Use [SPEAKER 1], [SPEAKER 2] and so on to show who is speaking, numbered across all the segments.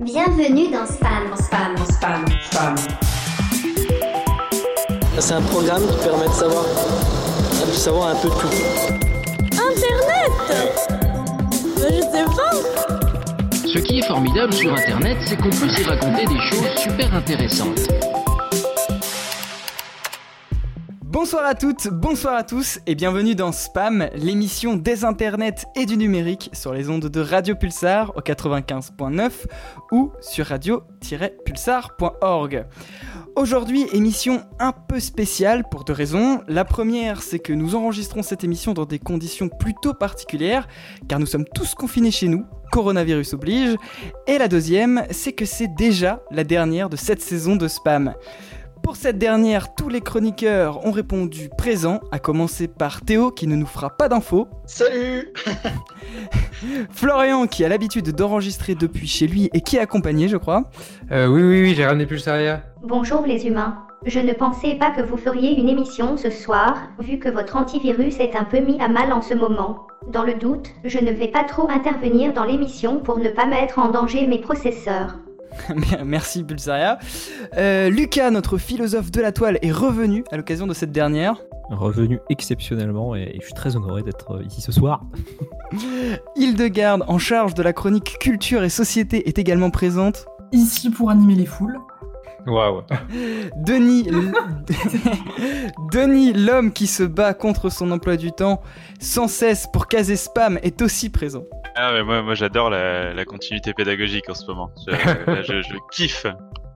[SPEAKER 1] Bienvenue dans Spam.
[SPEAKER 2] Spam, spam, spam.
[SPEAKER 3] C'est un programme qui permet de savoir, de savoir un peu tout.
[SPEAKER 4] Internet Ben, Je sais pas.
[SPEAKER 5] Ce qui est formidable sur Internet, c'est qu'on peut s'y raconter des choses super intéressantes.
[SPEAKER 6] Bonsoir à toutes, bonsoir à tous et bienvenue dans Spam, l'émission des internets et du numérique sur les ondes de Radio Pulsar au 95.9 ou sur radio-pulsar.org. Aujourd'hui, émission un peu spéciale pour deux raisons. La première, c'est que nous enregistrons cette émission dans des conditions plutôt particulières car nous sommes tous confinés chez nous, coronavirus oblige. Et la deuxième, c'est que c'est déjà la dernière de cette saison de Spam. Pour cette dernière, tous les chroniqueurs ont répondu présent, à commencer par Théo qui ne nous fera pas d'infos,
[SPEAKER 7] Salut
[SPEAKER 6] Florian qui a l'habitude d'enregistrer depuis chez lui et qui est accompagné, je crois,
[SPEAKER 8] Euh, oui, oui, oui, j'ai ramené Pulsaria.
[SPEAKER 1] Bonjour les humains. Je ne pensais pas que vous feriez une émission ce soir, vu que votre antivirus est un peu mis à mal en ce moment. Dans le doute, je ne vais pas trop intervenir dans l'émission pour ne pas mettre en danger mes processeurs.
[SPEAKER 6] merci Bulsaria. Euh, Lucas, notre philosophe de la toile, est revenu à l'occasion de cette dernière.
[SPEAKER 9] revenu exceptionnellement et, et je suis très honoré d'être euh, ici ce soir.
[SPEAKER 6] Hildegarde, en charge de la chronique culture et société, est également présente.
[SPEAKER 10] ici pour animer les foules.
[SPEAKER 8] Waouh.
[SPEAKER 6] Denis, l- Denis, l'homme qui se bat contre son emploi du temps sans cesse pour caser spam, est aussi présent.
[SPEAKER 11] Ah mais moi, moi j'adore la, la continuité pédagogique en ce moment. Je, là, je- je kiffe.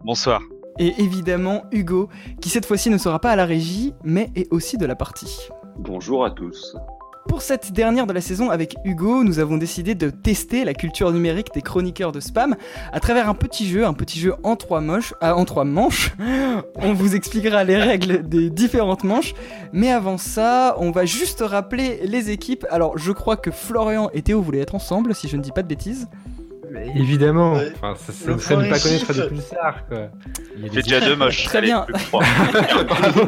[SPEAKER 11] Bonsoir.
[SPEAKER 6] Et évidemment Hugo, qui cette fois-ci ne sera pas à la régie, mais est aussi de la partie.
[SPEAKER 12] Bonjour à tous.
[SPEAKER 6] Pour cette dernière de la saison avec Hugo, nous avons décidé de tester la culture numérique des chroniqueurs de spam à travers un petit jeu, un petit jeu en trois, moches, ah, en trois manches. On vous expliquera les règles des différentes manches. Mais avant ça, on va juste rappeler les équipes. Alors je crois que Florian et Théo voulaient être ensemble, si je ne dis pas de bêtises.
[SPEAKER 8] Mais évidemment.
[SPEAKER 7] Ouais.
[SPEAKER 8] Enfin, ça, ça
[SPEAKER 7] Le
[SPEAKER 8] ne serait ne pas
[SPEAKER 7] forêt
[SPEAKER 8] connaître
[SPEAKER 7] chiffre.
[SPEAKER 8] du Pulsar, quoi.
[SPEAKER 11] J'ai déjà deux moches.
[SPEAKER 6] Très
[SPEAKER 11] Allez,
[SPEAKER 6] bien.
[SPEAKER 11] plus que trois.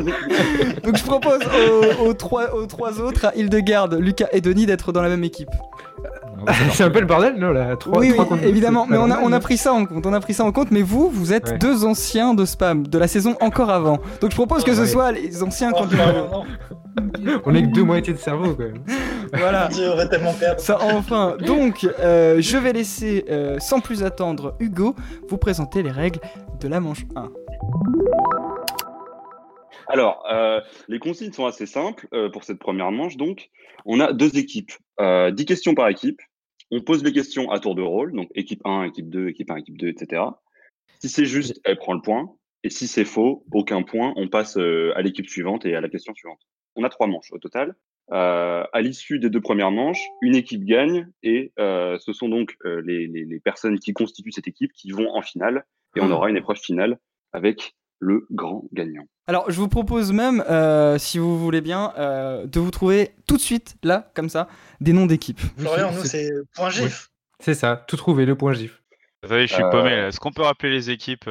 [SPEAKER 6] Donc je propose aux, aux trois, aux trois autres, à Hildegarde, Lucas et Denis, d'être dans la même équipe.
[SPEAKER 8] c'est un peu le bordel, non, là trois,
[SPEAKER 6] oui,
[SPEAKER 8] trois
[SPEAKER 6] oui,
[SPEAKER 8] contre-
[SPEAKER 6] évidemment,
[SPEAKER 8] c'est
[SPEAKER 6] mais
[SPEAKER 8] pas
[SPEAKER 6] on a, on a
[SPEAKER 8] normal,
[SPEAKER 6] pris ça en compte, on a pris ça en compte, mais vous, vous êtes
[SPEAKER 8] Ouais.
[SPEAKER 6] deux anciens de spam, de la saison encore avant. Donc je propose que ce
[SPEAKER 8] Ouais.
[SPEAKER 6] soit les anciens
[SPEAKER 7] Oh,
[SPEAKER 6] contre les nouveaux.
[SPEAKER 7] non,
[SPEAKER 8] hein. On est que deux moitiés de cerveau, quoi.
[SPEAKER 6] Voilà.
[SPEAKER 7] Dieu aurait tellement perdu.
[SPEAKER 6] Ça, enfin, donc, euh, je vais laisser, euh, sans plus attendre, Hugo vous présenter les règles de la manche 1.
[SPEAKER 12] Alors, euh, les consignes sont assez simples euh, pour cette première manche. Donc, on a deux équipes, euh, 10 questions par équipe. On pose les questions à tour de rôle, donc équipe 1, équipe 2, équipe 1, équipe 2, etc. Si c'est juste, elle prend le point. Et si c'est faux, aucun point, on passe euh, à l'équipe suivante et à la question suivante. On a trois manches au total. Euh, à l'issue des deux premières manches, une équipe gagne et euh, ce sont donc euh, les, les- les personnes qui constituent cette équipe qui vont en finale et
[SPEAKER 6] Ah.
[SPEAKER 12] on aura une épreuve finale avec le grand gagnant.
[SPEAKER 6] Alors, je vous propose même, euh, si vous voulez bien, euh, de vous trouver tout de suite, là, comme ça, des noms d'équipes.
[SPEAKER 7] Florian, nous, c'est point gif.
[SPEAKER 8] C'est ça, tout trouver, le point gif.
[SPEAKER 11] Attendez, je suis
[SPEAKER 12] Euh.
[SPEAKER 11] paumé. là. Est-ce qu'on peut rappeler les équipes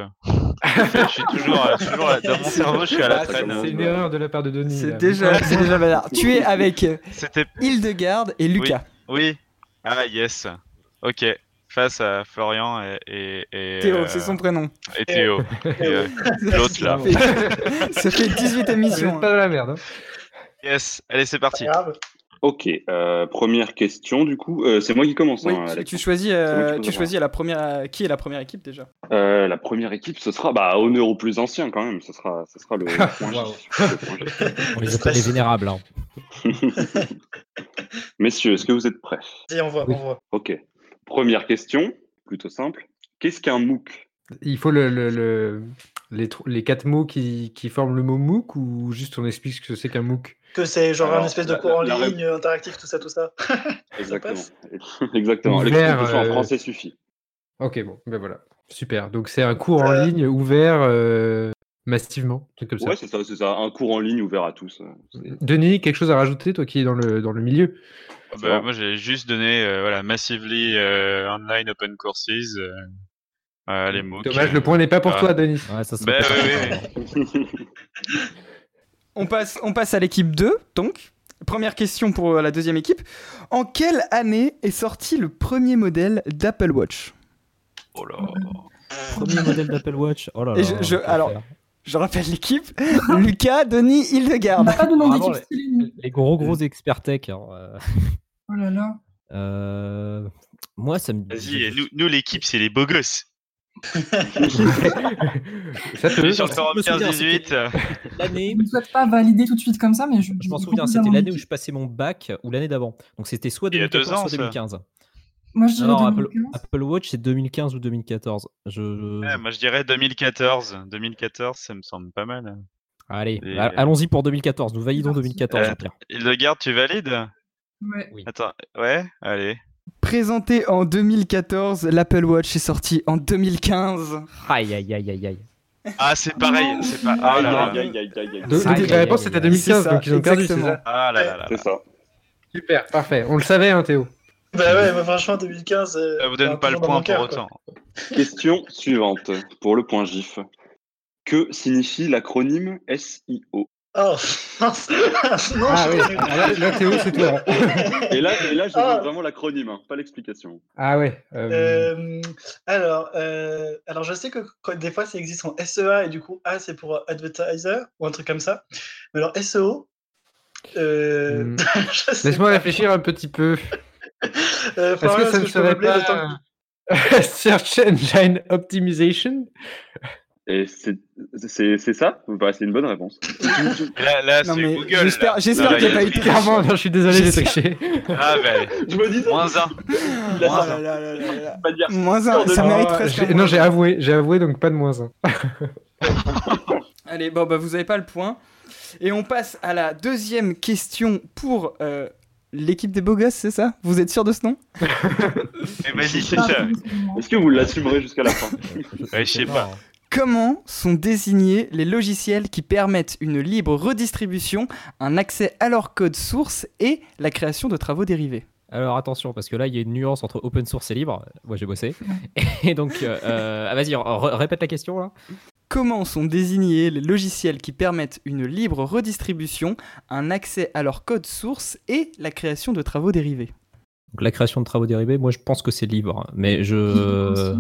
[SPEAKER 11] Je suis toujours, euh, toujours là. dans mon cerveau, je suis à la
[SPEAKER 8] Ah, c'est
[SPEAKER 11] traîne. hein.
[SPEAKER 8] c'est une erreur de la part de Denis.
[SPEAKER 6] C'est
[SPEAKER 8] là.
[SPEAKER 6] déjà, c'est déjà valable. Tu es avec euh,
[SPEAKER 11] C'était
[SPEAKER 6] Hildegarde et Lucas.
[SPEAKER 11] oui. Ah yes. Ok. Face à Florian et, et, et,
[SPEAKER 6] Théo,
[SPEAKER 11] euh,
[SPEAKER 6] c'est son prénom.
[SPEAKER 11] et Théo. Et, euh, L'autre là.
[SPEAKER 6] Ça fait, ça fait 18
[SPEAKER 8] Vous
[SPEAKER 6] émissions.
[SPEAKER 8] êtes pas dans la merde. hein.
[SPEAKER 11] Yes. Allez, c'est parti.
[SPEAKER 7] Grave.
[SPEAKER 12] Ok, euh, première question du coup. Euh, c'est moi qui commence.
[SPEAKER 6] Oui,
[SPEAKER 12] hein,
[SPEAKER 6] tu-
[SPEAKER 12] Alex.
[SPEAKER 6] tu choisis, euh,
[SPEAKER 12] C'est moi qui
[SPEAKER 6] tu
[SPEAKER 12] choisis.
[SPEAKER 6] choisis la première, euh, qui est la première équipe déjà
[SPEAKER 12] Euh, la première équipe, ce sera bah, honneur au plus ancien quand même. Ce sera, ce sera le point J. Le point J.
[SPEAKER 9] On
[SPEAKER 7] Le
[SPEAKER 9] les appelle les
[SPEAKER 7] stress.
[SPEAKER 9] vénérables. hein.
[SPEAKER 12] Messieurs, est-ce que vous êtes prêts
[SPEAKER 7] Vas-y, on voit,
[SPEAKER 8] Oui.
[SPEAKER 7] on voit.
[SPEAKER 12] Ok. Première question, plutôt simple. Qu'est-ce qu'un MOOC
[SPEAKER 8] Il faut le, le- le- les, tro- les quatre mots qui, qui forment le mot MOOC ou juste on explique ce que c'est qu'un MOOC
[SPEAKER 7] Que c'est genre
[SPEAKER 12] Alors,
[SPEAKER 7] un espèce de
[SPEAKER 12] la-
[SPEAKER 7] cours en
[SPEAKER 12] la- la-
[SPEAKER 7] ligne, euh, interactif, tout ça, tout ça.
[SPEAKER 12] Exactement.
[SPEAKER 11] Ah,
[SPEAKER 7] passe
[SPEAKER 12] Exactement.
[SPEAKER 8] Ouvert,
[SPEAKER 12] L'explication
[SPEAKER 8] euh,
[SPEAKER 12] en français suffit.
[SPEAKER 8] Ok, bon, ben voilà. Super. Donc c'est un cours en
[SPEAKER 7] Euh.
[SPEAKER 8] ligne ouvert euh, massivement, un truc comme ça.
[SPEAKER 12] Ouais, c'est ça, c'est ça. Un cours en ligne ouvert à tous. euh, c'est-
[SPEAKER 8] Denis, quelque chose à rajouter, toi qui es dans le, dans le milieu
[SPEAKER 11] Ah bah, moi, j'ai juste donné euh, voilà, Massively euh, Online Open Courses. euh, euh, les MOOC.
[SPEAKER 8] Dommage, le point n'est pas pour
[SPEAKER 11] Ah.
[SPEAKER 8] toi, Denis.
[SPEAKER 9] Ouais, ça serait
[SPEAKER 11] Ben
[SPEAKER 9] pas
[SPEAKER 11] oui,
[SPEAKER 9] sympa,
[SPEAKER 11] oui.
[SPEAKER 9] hein.
[SPEAKER 6] On passe, on passe à l'équipe 2, donc. Première question pour euh, la deuxième équipe. En quelle année est sorti le premier modèle d'Apple Watch
[SPEAKER 9] Premier modèle d'Apple Watch. Oh là là.
[SPEAKER 6] Et je- je- alors, je rappelle l'équipe Lucas, Denis, Hildegarde.
[SPEAKER 9] Vraiment, les, les gros gros experts tech. hein, euh.
[SPEAKER 10] Oh là là.
[SPEAKER 9] Euh, moi, ça me.
[SPEAKER 11] Vas-y, et nous, nous, l'équipe, c'est les beaux gosses.
[SPEAKER 9] Ça,
[SPEAKER 11] Je
[SPEAKER 9] te-
[SPEAKER 11] suis sur le forum
[SPEAKER 9] me souviens,
[SPEAKER 11] 15-18.
[SPEAKER 9] L'année.
[SPEAKER 10] Je ne souhaite pas valider tout de suite comme ça, mais je.
[SPEAKER 9] Je m'en souviens, c'était l'année où je passais mon bac ou l'année d'avant. Donc c'était soit
[SPEAKER 11] Il y a deux
[SPEAKER 9] 2014
[SPEAKER 11] ans,
[SPEAKER 9] soit
[SPEAKER 11] ça.
[SPEAKER 9] 2015.
[SPEAKER 10] Moi, je dirais
[SPEAKER 9] Non, non,
[SPEAKER 10] 2015.
[SPEAKER 9] Apple, Apple Watch c'est 2015 ou 2014. Je...
[SPEAKER 11] Ouais, moi, je dirais 2014. 2014, ça me semble pas mal.
[SPEAKER 9] Allez,
[SPEAKER 11] Et-
[SPEAKER 9] a- allons-y pour 2014. Nous validons 2014.
[SPEAKER 11] Euh,
[SPEAKER 9] Jean-Pierre.
[SPEAKER 11] Hildegarde, tu valides Attends, ouais Allez.
[SPEAKER 6] Présenté en 2014, l'Apple Watch est sorti en 2015.
[SPEAKER 9] Aïe, aïe, aïe, aïe, aïe.
[SPEAKER 11] Ah, c'est pareil. C'est pas... Ah
[SPEAKER 12] Aïe,
[SPEAKER 11] là là.
[SPEAKER 12] aïe, aïe, aïe, aïe, aïe.
[SPEAKER 8] De-
[SPEAKER 9] Aïe,
[SPEAKER 8] la
[SPEAKER 9] aïe,
[SPEAKER 8] réponse
[SPEAKER 9] aïe,
[SPEAKER 8] c'était
[SPEAKER 9] aïe.
[SPEAKER 8] 2015,
[SPEAKER 6] C'est ça,
[SPEAKER 8] donc ils ont perdu, c'est
[SPEAKER 6] exactement.
[SPEAKER 8] ça
[SPEAKER 11] Ah là là là.
[SPEAKER 12] C'est ça.
[SPEAKER 8] Super, parfait. On le savait, hein, Théo.
[SPEAKER 7] Bah ouais, mais franchement, 2015. euh,
[SPEAKER 11] Ça vous donne
[SPEAKER 7] un
[SPEAKER 11] pas le
[SPEAKER 7] tour dans
[SPEAKER 11] point
[SPEAKER 7] mon
[SPEAKER 11] pour
[SPEAKER 7] cœur,
[SPEAKER 11] autant.
[SPEAKER 12] Question suivante pour le point GIF. Que signifie l'acronyme SIO
[SPEAKER 7] quoi. Oh, mince. non,
[SPEAKER 8] Ah
[SPEAKER 7] je-
[SPEAKER 8] oui, Ah, là, là, Théo, c'est toi. hein.
[SPEAKER 12] Et là, et là je
[SPEAKER 7] Ah.
[SPEAKER 12] veux vraiment l'acronyme, hein, pas l'explication.
[SPEAKER 8] Ah ouais. euh,
[SPEAKER 7] Euh, alors, euh, alors, je sais que quand- des fois ça existe en SEA et du coup E A c'est pour advertiser ou un truc comme ça. Mais alors SEO, euh,
[SPEAKER 8] Hmm.
[SPEAKER 7] je sais
[SPEAKER 8] Laisse-moi
[SPEAKER 7] pas.
[SPEAKER 8] réfléchir un petit peu.
[SPEAKER 7] Euh,
[SPEAKER 8] Est-ce
[SPEAKER 7] Florian,
[SPEAKER 8] que ça
[SPEAKER 7] je
[SPEAKER 8] ne
[SPEAKER 7] peux
[SPEAKER 8] serait
[SPEAKER 7] meubler le temps
[SPEAKER 8] pas euh, Search Engine Optimization
[SPEAKER 12] Et c'est c'est- c'est ça Vous me paraissez une bonne réponse.
[SPEAKER 11] Et Là, là Ah, c'est
[SPEAKER 6] Non, mais
[SPEAKER 11] Google.
[SPEAKER 6] j'espère-
[SPEAKER 11] là.
[SPEAKER 6] j'espère
[SPEAKER 11] Là,
[SPEAKER 6] qu'il y a
[SPEAKER 11] il
[SPEAKER 6] pas eu de
[SPEAKER 11] triche.
[SPEAKER 8] Clairement, non, je suis désolé, j'ai triché.
[SPEAKER 11] Ah, ben,
[SPEAKER 12] je me dis,
[SPEAKER 11] moins un.
[SPEAKER 12] il a
[SPEAKER 11] Moins
[SPEAKER 12] ça.
[SPEAKER 11] un.
[SPEAKER 12] pas dire.
[SPEAKER 6] Moins un, ça
[SPEAKER 8] Non,
[SPEAKER 6] mérite presque.
[SPEAKER 8] j'ai-
[SPEAKER 6] un
[SPEAKER 8] Non,
[SPEAKER 6] moins.
[SPEAKER 8] j'ai avoué, j'ai avoué, donc pas de moins 1.
[SPEAKER 6] Allez, bon, bah vous avez pas le point. Et on passe à la deuxième question pour euh, l'équipe des beaux gosses, c'est ça Vous êtes sûr de ce nom
[SPEAKER 11] Mais vas-y, c'est
[SPEAKER 10] Ah,
[SPEAKER 11] ça.
[SPEAKER 10] excusez-moi.
[SPEAKER 12] Est-ce que vous l'assumerez jusqu'à la fin
[SPEAKER 11] Ouais, je sais pas.
[SPEAKER 6] Comment sont désignés les logiciels qui permettent une libre redistribution, un accès à leur code source et la création de travaux dérivés
[SPEAKER 9] Alors attention, parce que là, il y a une nuance entre open source et libre. Moi, j'ai bossé. Et donc, euh, euh, ah, vas-y, re- répète la question là.
[SPEAKER 6] Comment sont désignés les logiciels qui permettent une libre redistribution, un accès à leur code source et la création de travaux dérivés
[SPEAKER 9] Donc, la création de travaux dérivés, moi, je pense que c'est libre. Mais je.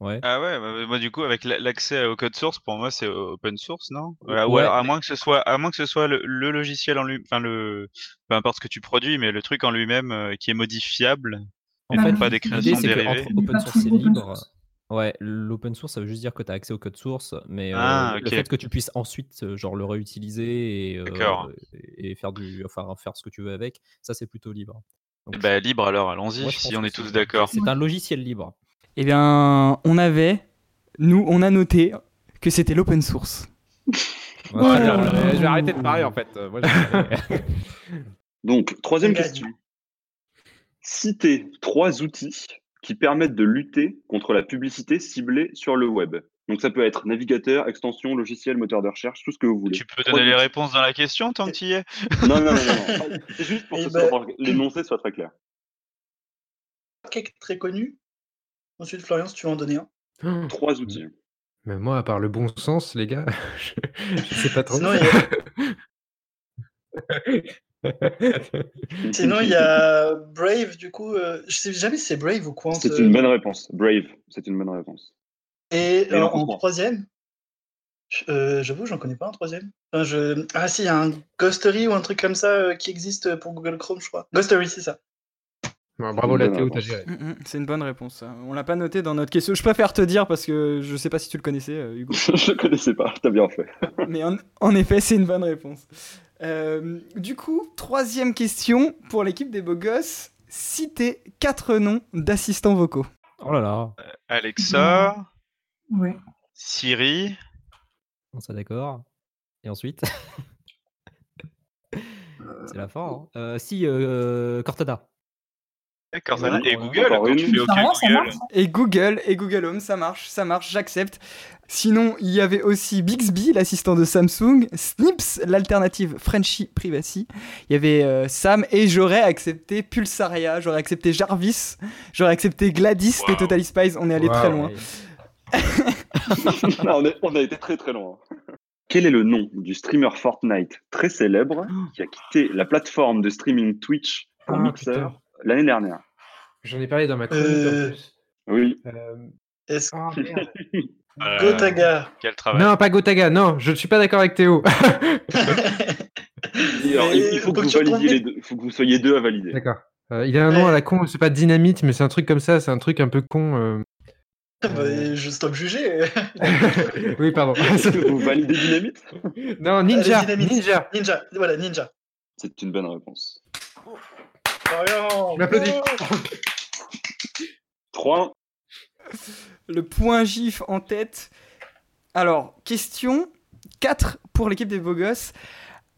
[SPEAKER 9] Ouais.
[SPEAKER 11] Ah ouais, bah, bah, moi du coup avec la- l'accès au code source, pour moi c'est open source, non Ouais,
[SPEAKER 9] Ouais.
[SPEAKER 11] Ou alors, à moins que ce soit, à moins que ce soit le, le logiciel en lui, enfin le, peu importe ce que tu produis, mais le truc en lui-même euh, qui est modifiable.
[SPEAKER 9] En
[SPEAKER 11] et
[SPEAKER 10] fait,
[SPEAKER 11] donc pas des
[SPEAKER 9] Bah, L'idée,
[SPEAKER 11] créations
[SPEAKER 9] c'est que
[SPEAKER 11] dérivées.
[SPEAKER 9] entre
[SPEAKER 10] Mais
[SPEAKER 9] open
[SPEAKER 10] pas
[SPEAKER 9] source
[SPEAKER 10] tout
[SPEAKER 9] et
[SPEAKER 10] open
[SPEAKER 9] libre, euh,
[SPEAKER 10] source.
[SPEAKER 9] ouais, l'open source, ça veut juste dire que tu as accès au code source, mais euh,
[SPEAKER 11] Ah,
[SPEAKER 9] le
[SPEAKER 11] ok.
[SPEAKER 9] fait que tu puisses ensuite euh, genre, le réutiliser et, euh,
[SPEAKER 11] D'accord.
[SPEAKER 9] et faire, du, enfin, faire ce que tu veux avec, ça, c'est plutôt libre. Donc,
[SPEAKER 11] Eh ben, libre alors, allons-y,
[SPEAKER 9] moi, je pense
[SPEAKER 11] si on
[SPEAKER 9] que
[SPEAKER 11] est tous
[SPEAKER 9] c'est-
[SPEAKER 11] d'accord.
[SPEAKER 9] C'est un logiciel libre.
[SPEAKER 6] Eh bien, on avait, nous, on a noté que c'était l'open source.
[SPEAKER 8] Oh
[SPEAKER 9] Voilà,
[SPEAKER 10] Ouais.
[SPEAKER 9] alors, euh, je vais arrêter de parler en fait. Euh, moi, j'ai-
[SPEAKER 12] Donc, troisième
[SPEAKER 7] Gagne.
[SPEAKER 12] question. Citez trois outils qui permettent de lutter contre la publicité ciblée sur le web. Donc, ça peut être navigateur, extension, logiciel, moteur de recherche, tout ce que vous voulez.
[SPEAKER 11] Tu peux donner les réponses dans la question tant que tu y es
[SPEAKER 12] Non, non, non, non. non. C'est juste pour
[SPEAKER 7] Eh
[SPEAKER 12] que
[SPEAKER 7] ben-
[SPEAKER 12] soit- l'énoncé soit très clair.
[SPEAKER 7] Quelqu'un de très connu. Ensuite, Florian, si tu veux en donner un.
[SPEAKER 12] Trois outils.
[SPEAKER 8] Mm. Mais moi, à part le bon sens, les gars, je, je sais pas trop.
[SPEAKER 7] Sinon, il y a, sinon, il y a Brave, du coup. euh, je sais jamais si c'est Brave ou Quant.
[SPEAKER 12] C'est
[SPEAKER 7] euh,
[SPEAKER 12] une bonne réponse. Brave, c'est une bonne réponse.
[SPEAKER 7] Et
[SPEAKER 12] Et
[SPEAKER 7] euh,
[SPEAKER 12] le
[SPEAKER 7] en
[SPEAKER 12] concours.
[SPEAKER 7] troisième, je- euh, j'avoue, j'en connais pas un troisième. Enfin, je... Ah si, il y a un Ghostery ou un truc comme ça euh, qui existe pour Google Chrome, je crois. Ghostery, c'est ça.
[SPEAKER 8] Bon, bravo, la
[SPEAKER 12] Bonne
[SPEAKER 8] Théo, t'as
[SPEAKER 12] réponse.
[SPEAKER 8] géré.
[SPEAKER 6] Mm, mm, C'est une bonne réponse. ça. On l'a pas noté dans notre question. Je préfère te dire parce que je sais pas si tu le connaissais, euh, Hugo.
[SPEAKER 12] je connaissais pas, t'as bien fait.
[SPEAKER 6] Mais en, en effet, c'est une bonne réponse. Euh, du coup, troisième question pour l'équipe des beaux gosses. Citez quatre noms d'assistants vocaux.
[SPEAKER 9] oh là là,
[SPEAKER 11] Alexa,
[SPEAKER 10] Ouais.
[SPEAKER 11] Siri,
[SPEAKER 9] on ça d'accord. Et ensuite C'est la fin. hein. Euh, si, euh, Cortana.
[SPEAKER 11] et Cortana
[SPEAKER 12] Oui,
[SPEAKER 11] et
[SPEAKER 12] on a
[SPEAKER 11] Google.
[SPEAKER 12] encore
[SPEAKER 11] Quand
[SPEAKER 12] une.
[SPEAKER 11] tu fais OK
[SPEAKER 10] Ça marche, ça
[SPEAKER 11] Google.
[SPEAKER 10] marche.
[SPEAKER 6] Et Google, et Google Home, ça marche, ça marche, j'accepte. Sinon, il y avait aussi Bixby, l'assistant de Samsung, Snips, l'alternative Frenchy Privacy. Il y avait euh, Sam et j'aurais accepté Pulsaria, j'aurais accepté Jarvis, j'aurais accepté Gladys des
[SPEAKER 11] Wow.
[SPEAKER 6] Total Spies. On est allé
[SPEAKER 8] Wow.
[SPEAKER 6] très loin.
[SPEAKER 12] Non, on, est- on a été très très loin. Quel est le nom du streamer Fortnite très célèbre qui a quitté la plateforme de streaming Twitch pour
[SPEAKER 8] Oh. Ah,
[SPEAKER 12] Mixer
[SPEAKER 8] putain.
[SPEAKER 12] l'année dernière
[SPEAKER 8] J'en ai parlé dans ma chronique
[SPEAKER 7] Euh,
[SPEAKER 8] en plus.
[SPEAKER 12] Oui,
[SPEAKER 8] Euh,
[SPEAKER 7] Est-ce
[SPEAKER 11] merde.
[SPEAKER 7] Euh, Gotaga.
[SPEAKER 11] Quel
[SPEAKER 9] Ah
[SPEAKER 11] travail.
[SPEAKER 8] Non, pas Gotaga, non, je ne suis pas d'accord avec Théo.
[SPEAKER 12] Et alors, il il faut,
[SPEAKER 8] faut que
[SPEAKER 12] que, vous
[SPEAKER 8] tu
[SPEAKER 12] validiez les deux. faut que vous soyez deux à valider.
[SPEAKER 8] D'accord. Euh, il a un nom
[SPEAKER 7] Eh.
[SPEAKER 8] à la con, c'est pas Dynamite, mais c'est un truc comme ça, c'est un truc un peu con. euh.
[SPEAKER 7] Bah, je stop juger.
[SPEAKER 8] Oui, pardon.
[SPEAKER 12] vous validez Dynamite
[SPEAKER 8] Non,
[SPEAKER 7] Ninja,
[SPEAKER 8] Ninja.
[SPEAKER 7] Ninja. Ninja. Voilà, Ninja.
[SPEAKER 12] C'est une bonne réponse.
[SPEAKER 7] Marion,
[SPEAKER 8] m'applaudis.
[SPEAKER 7] oh
[SPEAKER 12] 3.
[SPEAKER 6] Le point GIF en tête. Alors, question 4 pour l'équipe des beaux gosses.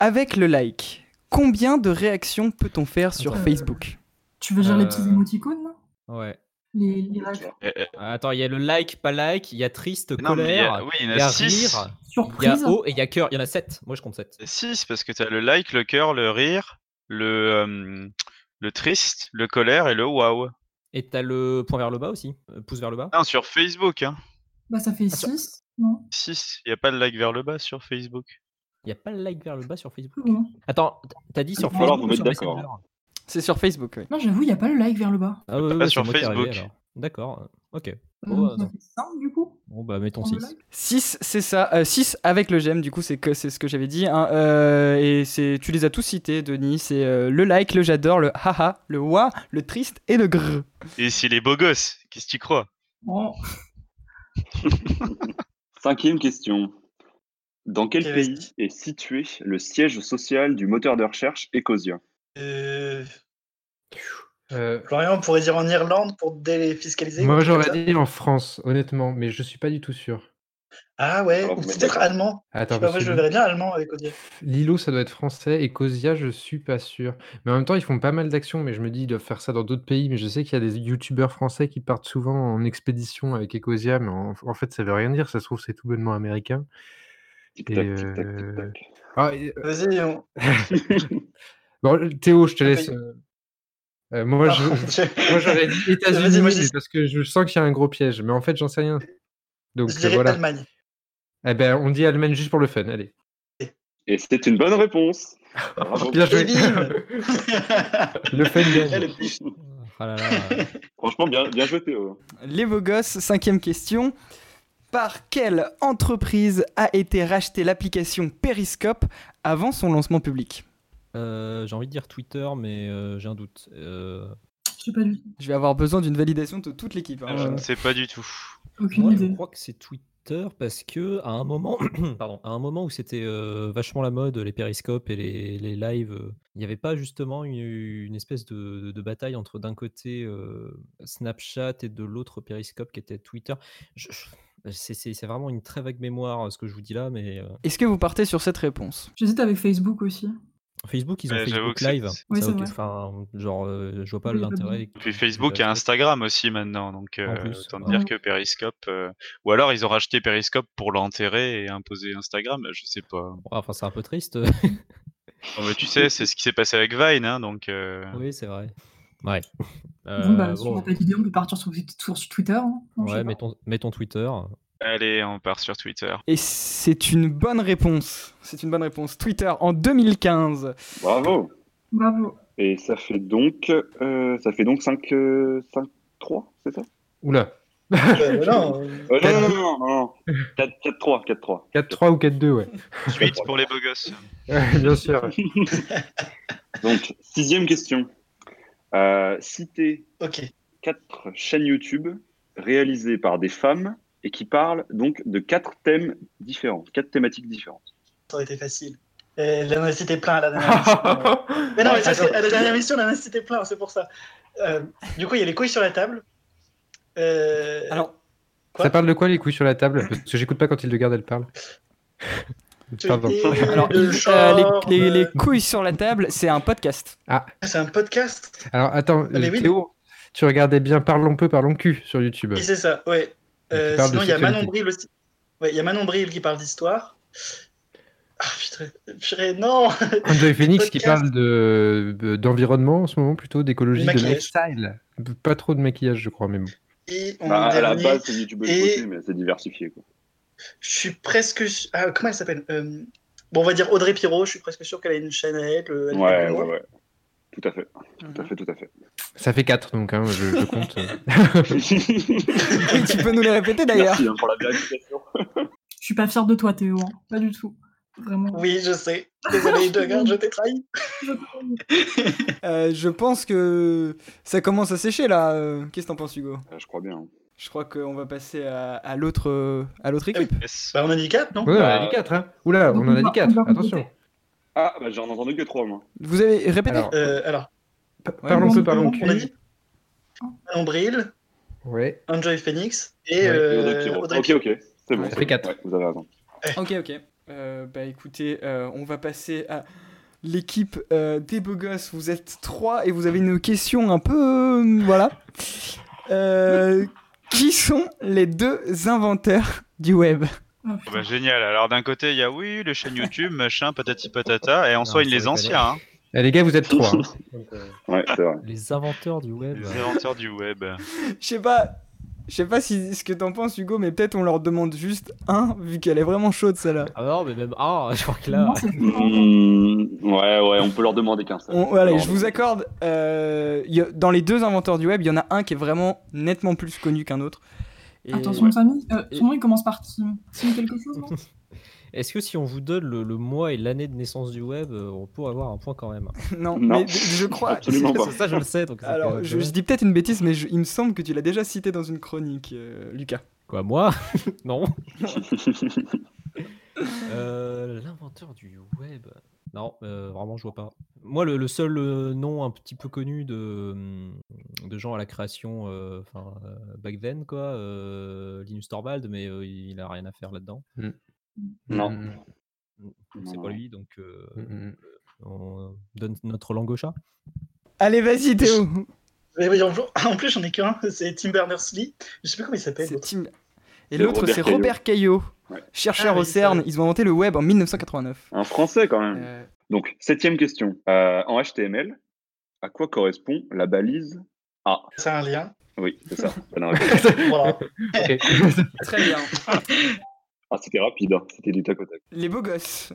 [SPEAKER 6] Avec le like, combien de réactions peut-on faire sur
[SPEAKER 10] Euh,
[SPEAKER 6] Facebook
[SPEAKER 10] Tu veux dire les
[SPEAKER 9] Euh,
[SPEAKER 10] petits émoticônes là
[SPEAKER 9] Ouais.
[SPEAKER 10] Les, les raccourcis
[SPEAKER 9] Attends, il y a le like, pas like, il y a triste,
[SPEAKER 11] Non, mais il y a-
[SPEAKER 9] colère,
[SPEAKER 11] oui, il y en a six.
[SPEAKER 9] rire, il y
[SPEAKER 10] Surprise.
[SPEAKER 9] a haut et il y a cœur. Il y en a 7. Moi, je compte 7.
[SPEAKER 11] 6 parce que t'as le like, le cœur, le rire, le, euh, le triste, le colère et le waouh.
[SPEAKER 9] Et t'as le point vers le bas aussi. euh, Pouce vers le bas.
[SPEAKER 11] Non, sur Facebook, hein.
[SPEAKER 10] Bah, ça fait 6. Non
[SPEAKER 11] 6. Il a pas de like vers le bas sur Facebook.
[SPEAKER 9] Il n'y a pas le like vers le bas sur Facebook.
[SPEAKER 10] plus loin.
[SPEAKER 9] Attends, t- t'as dit sur
[SPEAKER 12] va falloir
[SPEAKER 9] Facebook
[SPEAKER 12] vous
[SPEAKER 9] ou
[SPEAKER 12] mettre
[SPEAKER 9] sur
[SPEAKER 12] d'accord.
[SPEAKER 9] Messenger
[SPEAKER 6] C'est sur Facebook, oui.
[SPEAKER 10] Non, j'avoue, il n'y a pas le like vers le bas.
[SPEAKER 9] Ah ouais, ouais,
[SPEAKER 11] Pas
[SPEAKER 9] ouais,
[SPEAKER 11] sur
[SPEAKER 9] c'est moi qui ai rêvé,
[SPEAKER 11] Facebook.
[SPEAKER 9] alors. D'accord. euh, Ok.
[SPEAKER 10] Euh,
[SPEAKER 9] Bon, euh,
[SPEAKER 10] ça fait 5 du coup
[SPEAKER 9] Bon, bah, mettons
[SPEAKER 10] pour le
[SPEAKER 9] 6.
[SPEAKER 10] like
[SPEAKER 6] 6, c'est ça. 6 avec le j'aime, du coup, c'est que- c'est ce que j'avais dit. hein. Euh, et c'est tu les as tous cités, Denis. C'est euh, le like, le j'adore, le haha, le wa, le triste et le grrr.
[SPEAKER 11] Et c'est les beaux gosses. Qu'est-ce que tu crois
[SPEAKER 10] Bon,
[SPEAKER 12] Cinquième question. Dans quel
[SPEAKER 7] Ok, vas-y.
[SPEAKER 12] pays est situé le siège social du moteur de recherche Ecosia
[SPEAKER 7] Euh,
[SPEAKER 8] Euh,
[SPEAKER 7] Florian, on pourrait dire en Irlande pour défiscaliser.
[SPEAKER 8] moi,
[SPEAKER 7] quelque chose
[SPEAKER 8] j'aurais
[SPEAKER 7] comme ça.
[SPEAKER 8] dit en France, honnêtement, mais je suis pas du tout sûr. Ah,
[SPEAKER 7] Ah ouais,
[SPEAKER 12] Alors,
[SPEAKER 7] ou
[SPEAKER 12] vous mettez
[SPEAKER 7] peut-être
[SPEAKER 12] d'accord.
[SPEAKER 7] allemand. Je
[SPEAKER 8] Attends,
[SPEAKER 7] sais pas,
[SPEAKER 8] parce
[SPEAKER 7] moi, je
[SPEAKER 8] que
[SPEAKER 7] le verrais bien allemand avec Odier.
[SPEAKER 8] Lilo, ça doit être français, et Cosia, je suis pas sûr. Mais en même temps, ils font pas mal d'actions, mais je me dis, ils doivent faire ça dans d'autres pays. Mais je sais qu'il y a des youtubeurs français qui partent souvent en expédition avec Ecosia, mais en, en fait, ça veut rien dire. Ça se trouve, c'est tout bonnement américain.
[SPEAKER 12] Tic-tac,
[SPEAKER 8] Et,
[SPEAKER 12] tic-tac,
[SPEAKER 8] euh,
[SPEAKER 12] tic-tac.
[SPEAKER 8] Ah, et-
[SPEAKER 7] Vas-y, on...
[SPEAKER 8] bon, Théo, je te laisse.
[SPEAKER 7] oui.
[SPEAKER 8] euh, euh, moi, je-
[SPEAKER 7] Pardon,
[SPEAKER 8] je-
[SPEAKER 7] je-
[SPEAKER 8] moi, j'aurais dit États-Unis,
[SPEAKER 7] moi,
[SPEAKER 8] mais
[SPEAKER 7] je-
[SPEAKER 8] parce que je sens qu'il y a un gros piège, mais en fait, j'en sais rien. Donc
[SPEAKER 7] je dirais
[SPEAKER 8] voilà.
[SPEAKER 7] Allemagne.
[SPEAKER 8] Eh ben, on dit Allemagne juste pour le fun. Allez.
[SPEAKER 12] Et c'est une bonne réponse. Bravo.
[SPEAKER 8] Bien joué.
[SPEAKER 7] Et bim
[SPEAKER 8] le fun gagne.
[SPEAKER 12] Elle est-
[SPEAKER 9] Ah là là.
[SPEAKER 12] Franchement, bien, bien joué, Théo.
[SPEAKER 6] Les beaux gosses, cinquième question. Par quelle entreprise a été rachetée l'application Periscope avant son lancement public
[SPEAKER 9] Euh, J'ai envie de dire Twitter, mais euh, j'ai un doute. Euh,
[SPEAKER 10] je sais pas du tout.
[SPEAKER 6] Je vais avoir besoin d'une validation de toute l'équipe. hein.
[SPEAKER 11] Ah, Euh, Je ne sais pas du tout.
[SPEAKER 10] Aucune
[SPEAKER 9] Moi, je
[SPEAKER 10] idée.
[SPEAKER 9] crois que c'est Twitter parce que à un moment, pardon, à un moment où c'était euh, vachement la mode, les périscopes et les, les lives, euh, il n'y avait pas justement une, une espèce de, de bataille entre d'un côté euh, Snapchat et de l'autre périscope qui était Twitter. Je- je- c'est- C'est c'est vraiment une très vague mémoire euh, ce que je vous dis là, mais euh,
[SPEAKER 6] Est-ce que vous partez sur cette réponse
[SPEAKER 10] J'hésite avec Facebook aussi.
[SPEAKER 9] Facebook ils ont
[SPEAKER 11] Ouais, j'avoue
[SPEAKER 9] Facebook
[SPEAKER 11] que c'est-
[SPEAKER 9] Live.
[SPEAKER 11] c'est-
[SPEAKER 10] Oui,
[SPEAKER 9] Ça,
[SPEAKER 10] c'est
[SPEAKER 9] ok,
[SPEAKER 10] vrai.
[SPEAKER 9] enfin, genre, euh, je vois pas
[SPEAKER 10] Oui, il y a pas de
[SPEAKER 9] l'intérêt.
[SPEAKER 11] Puis
[SPEAKER 9] que-
[SPEAKER 11] Facebook
[SPEAKER 9] que-
[SPEAKER 11] a Instagram aussi maintenant, donc euh,
[SPEAKER 9] plus,
[SPEAKER 11] autant
[SPEAKER 9] ouais.
[SPEAKER 11] dire que Periscope. euh, Ou alors ils ont racheté Periscope pour l'enterrer et imposer Instagram, je sais pas.
[SPEAKER 9] Ouais, Enfin, c'est un peu triste.
[SPEAKER 11] Oh, mais tu sais, c'est ce qui s'est passé avec Vine, hein, donc. euh,
[SPEAKER 9] oui, c'est vrai. Ah. Ouais.
[SPEAKER 10] bon, bah,
[SPEAKER 9] Euh,
[SPEAKER 10] si
[SPEAKER 9] bon.
[SPEAKER 10] on n'a pas d'idée, on peut partir sur, sur- sur Twitter. hein. Non, je sais
[SPEAKER 9] Ouais,
[SPEAKER 10] pas.
[SPEAKER 9] mettons, mettons Twitter.
[SPEAKER 11] Allez, on part sur Twitter.
[SPEAKER 6] Et c'est une bonne réponse. C'est une bonne réponse. Twitter en 2015.
[SPEAKER 12] Bravo.
[SPEAKER 10] Bravo.
[SPEAKER 12] Et ça fait donc, euh, ça fait donc 5, 5 3, c'est ça
[SPEAKER 8] Oula.
[SPEAKER 7] Euh, non, euh,
[SPEAKER 12] Euh,
[SPEAKER 8] Quatre-
[SPEAKER 12] Non, non, non, non, non. 4, 4 3, 4 3.
[SPEAKER 8] 4-3 ou 4-2, ouais.
[SPEAKER 11] 8 pour les beaux gosses.
[SPEAKER 8] Bien sûr. ouais.
[SPEAKER 12] Donc, sixième question. Euh, citez
[SPEAKER 7] ok.
[SPEAKER 12] 4 chaînes YouTube réalisées par des femmes et qui parlent donc de 4 thèmes différents, 4 thématiques différentes.
[SPEAKER 7] Ça aurait été facile. Et là, on a cité plein à la dernière mission. mais non, mais ça, c'est- à la dernière mission, on en a cité plein, hein, c'est pour ça. Euh, du coup, il y a les couilles sur la table. Euh,
[SPEAKER 6] Alors,
[SPEAKER 7] Quoi
[SPEAKER 8] Ça parle de quoi les couilles sur la table Parce que j'écoute pas quand ils le gardent, elle parle. Pardon.
[SPEAKER 6] alors,
[SPEAKER 7] le
[SPEAKER 6] il- euh,
[SPEAKER 7] short,
[SPEAKER 6] les, les- les
[SPEAKER 7] euh,
[SPEAKER 6] couilles sur la table, c'est un podcast.
[SPEAKER 7] C'est un podcast
[SPEAKER 8] Alors attends,
[SPEAKER 7] Ah, mais
[SPEAKER 8] euh,
[SPEAKER 7] oui.
[SPEAKER 8] Théo, tu regardais bien Parlons peu, parlons cul sur YouTube.
[SPEAKER 7] Oui, c'est ça, ouais.
[SPEAKER 8] Tu
[SPEAKER 7] Euh,
[SPEAKER 8] parles de
[SPEAKER 7] sinon, il y a Manon
[SPEAKER 8] sexualité.
[SPEAKER 7] Bril aussi. Ouais, il y a Manon Bril qui parle d'histoire. Ah putain, purée, non
[SPEAKER 8] Enjoy Phoenix qui
[SPEAKER 7] podcast.
[SPEAKER 8] parle de de- d'environnement en ce moment plutôt, d'écologie, de
[SPEAKER 7] Maquillage.
[SPEAKER 8] lifestyle. Pas trop de maquillage, je crois, mais bon.
[SPEAKER 7] Et on
[SPEAKER 12] Bah, à la
[SPEAKER 7] dernier,
[SPEAKER 12] base, c'est YouTube
[SPEAKER 7] Et-
[SPEAKER 12] aussi, mais c'est diversifié. Quoi.
[SPEAKER 7] je suis presque... su- Ah, comment elle s'appelle Euh, Bon, on va dire Audrey Pirot, je suis presque sûr qu'elle a une chaîne à elle. euh, elle
[SPEAKER 12] Ouais,
[SPEAKER 7] fait
[SPEAKER 12] ouais,
[SPEAKER 7] moi. Mhm.
[SPEAKER 12] ouais. Tout à fait, tout à fait, tout à fait.
[SPEAKER 8] Ça fait 4, donc hein, je, je compte.
[SPEAKER 6] tu peux nous les répéter d'ailleurs.
[SPEAKER 12] Merci hein, pour la vérification.
[SPEAKER 10] Je suis pas fier de toi, Théo. hein. Pas du tout. Vraiment.
[SPEAKER 7] Oui, je sais. Désolé, de je t'ai trahi.
[SPEAKER 6] Euh, je pense que ça commence à sécher là. Euh, Qu'est-ce que t'en penses, Hugo
[SPEAKER 12] Je crois bien. hein.
[SPEAKER 6] Je crois qu'on va passer à, à l'autre euh, à l'autre équipe.
[SPEAKER 7] Bah, on a dit 4, non
[SPEAKER 8] Ouais, on en a dit 4, hein. Oula, on en a dit 4, attention.
[SPEAKER 12] Ah, bah, j'en ai entendu que 3, moi.
[SPEAKER 6] Vous avez répété
[SPEAKER 8] Alors,
[SPEAKER 7] Euh, alors,
[SPEAKER 8] parlons peu, parlons
[SPEAKER 7] on a
[SPEAKER 8] cul.
[SPEAKER 7] dit Nombril,
[SPEAKER 8] Ouais,
[SPEAKER 7] Enjoy Phoenix et
[SPEAKER 8] Ouais,
[SPEAKER 12] Et
[SPEAKER 7] euh,
[SPEAKER 12] Audrey Pirot.
[SPEAKER 7] Audrey
[SPEAKER 12] Ok, ok. C'est bon.
[SPEAKER 6] Ouais,
[SPEAKER 8] ça
[SPEAKER 12] c'est
[SPEAKER 8] fait
[SPEAKER 12] bon.
[SPEAKER 8] quatre.
[SPEAKER 12] Ouais, vous avez raison.
[SPEAKER 6] Ok, ok. Euh, bah écoutez, euh, on va passer à l'équipe euh, des beaux gosses. Vous êtes trois et vous avez une question un peu. euh, voilà. Euh, qui sont les deux inventeurs du web
[SPEAKER 10] Oh,
[SPEAKER 11] Ah
[SPEAKER 10] putain.
[SPEAKER 11] bah, génial. Alors d'un côté, il y a oui, les chaînes YouTube, machin, patati patata, et en
[SPEAKER 9] Non,
[SPEAKER 11] soigne
[SPEAKER 9] ça,
[SPEAKER 11] les
[SPEAKER 9] je
[SPEAKER 11] anciens, hein,
[SPEAKER 8] Eh, les gars, vous êtes 3.
[SPEAKER 12] Ouais,
[SPEAKER 7] Ah.
[SPEAKER 12] c'est vrai.
[SPEAKER 9] Les inventeurs du web.
[SPEAKER 11] les inventeurs du web.
[SPEAKER 6] Je sais pas. Je sais pas si ce que t'en penses, Hugo, mais peut-être on leur demande juste un, vu qu'elle est vraiment chaude celle-là.
[SPEAKER 9] Ah non, mais même. Ah, je crois que là.
[SPEAKER 10] Non, c'est
[SPEAKER 12] Mmh, ouais, ouais, on peut leur demander qu'un seul.
[SPEAKER 6] On- voilà,
[SPEAKER 12] Non,
[SPEAKER 6] je vous accorde. euh, y a- dans les deux inventeurs du web, il y en a un qui est vraiment nettement plus connu qu'un autre. Et-
[SPEAKER 10] Attention, Samy. Euh,
[SPEAKER 6] Et-
[SPEAKER 10] Son nom, il commence par Tim. Tim quelque chose, non
[SPEAKER 9] Est-ce que si on vous donne le, le mois et l'année de naissance du web, euh, on pourrait avoir un point quand même
[SPEAKER 6] Non,
[SPEAKER 12] Non.
[SPEAKER 6] mais je crois.
[SPEAKER 12] Absolument pas.
[SPEAKER 9] Ça, ça, je le sais. Donc ça
[SPEAKER 6] Alors,
[SPEAKER 9] fait-
[SPEAKER 6] je, je dis peut-être une bêtise, mais je- il me semble que tu l'as déjà cité dans une chronique, euh, Lucas.
[SPEAKER 9] Quoi, moi Non. Euh, L'inventeur du web. Non, euh, vraiment, je vois pas. Moi, le, le seul euh, nom un petit peu connu de, hum, de gens à la création, euh, enfin, euh, back then, quoi, euh, Linus Torvald, mais euh, il a rien à faire là-dedans.
[SPEAKER 12] Non.
[SPEAKER 8] Mm,
[SPEAKER 9] Donc,
[SPEAKER 12] Non,
[SPEAKER 9] C'est
[SPEAKER 12] non,
[SPEAKER 9] pas
[SPEAKER 12] non.
[SPEAKER 9] lui, donc euh, on donne notre langue au chat.
[SPEAKER 6] Allez, vas-y, Théo.
[SPEAKER 7] Mais oui, en, en plus, j'en ai qu'un, c'est Tim Berners-Lee. Je sais plus comment il s'appelle.
[SPEAKER 6] C'est
[SPEAKER 7] l'autre.
[SPEAKER 6] Tim- Et
[SPEAKER 12] C'est
[SPEAKER 6] l'autre,
[SPEAKER 12] Robert
[SPEAKER 6] c'est
[SPEAKER 12] Caillot.
[SPEAKER 6] Robert Caillot,
[SPEAKER 12] Ouais.
[SPEAKER 6] chercheur
[SPEAKER 7] Ah oui,
[SPEAKER 6] au
[SPEAKER 7] c'est
[SPEAKER 6] CERN.
[SPEAKER 7] vrai.
[SPEAKER 6] Ils ont inventé le web en 1989.
[SPEAKER 12] Un français quand même.
[SPEAKER 6] Euh,
[SPEAKER 12] Donc, septième question. Euh, en HTML, à quoi correspond la balise A
[SPEAKER 7] C'est un lien.
[SPEAKER 12] Oui, c'est ça. Bonne réponse.
[SPEAKER 7] Voilà.
[SPEAKER 8] Ok.
[SPEAKER 6] très bien.
[SPEAKER 12] ah, c'était rapide, hein. c'était du tac au tac.
[SPEAKER 6] Les beaux gosses.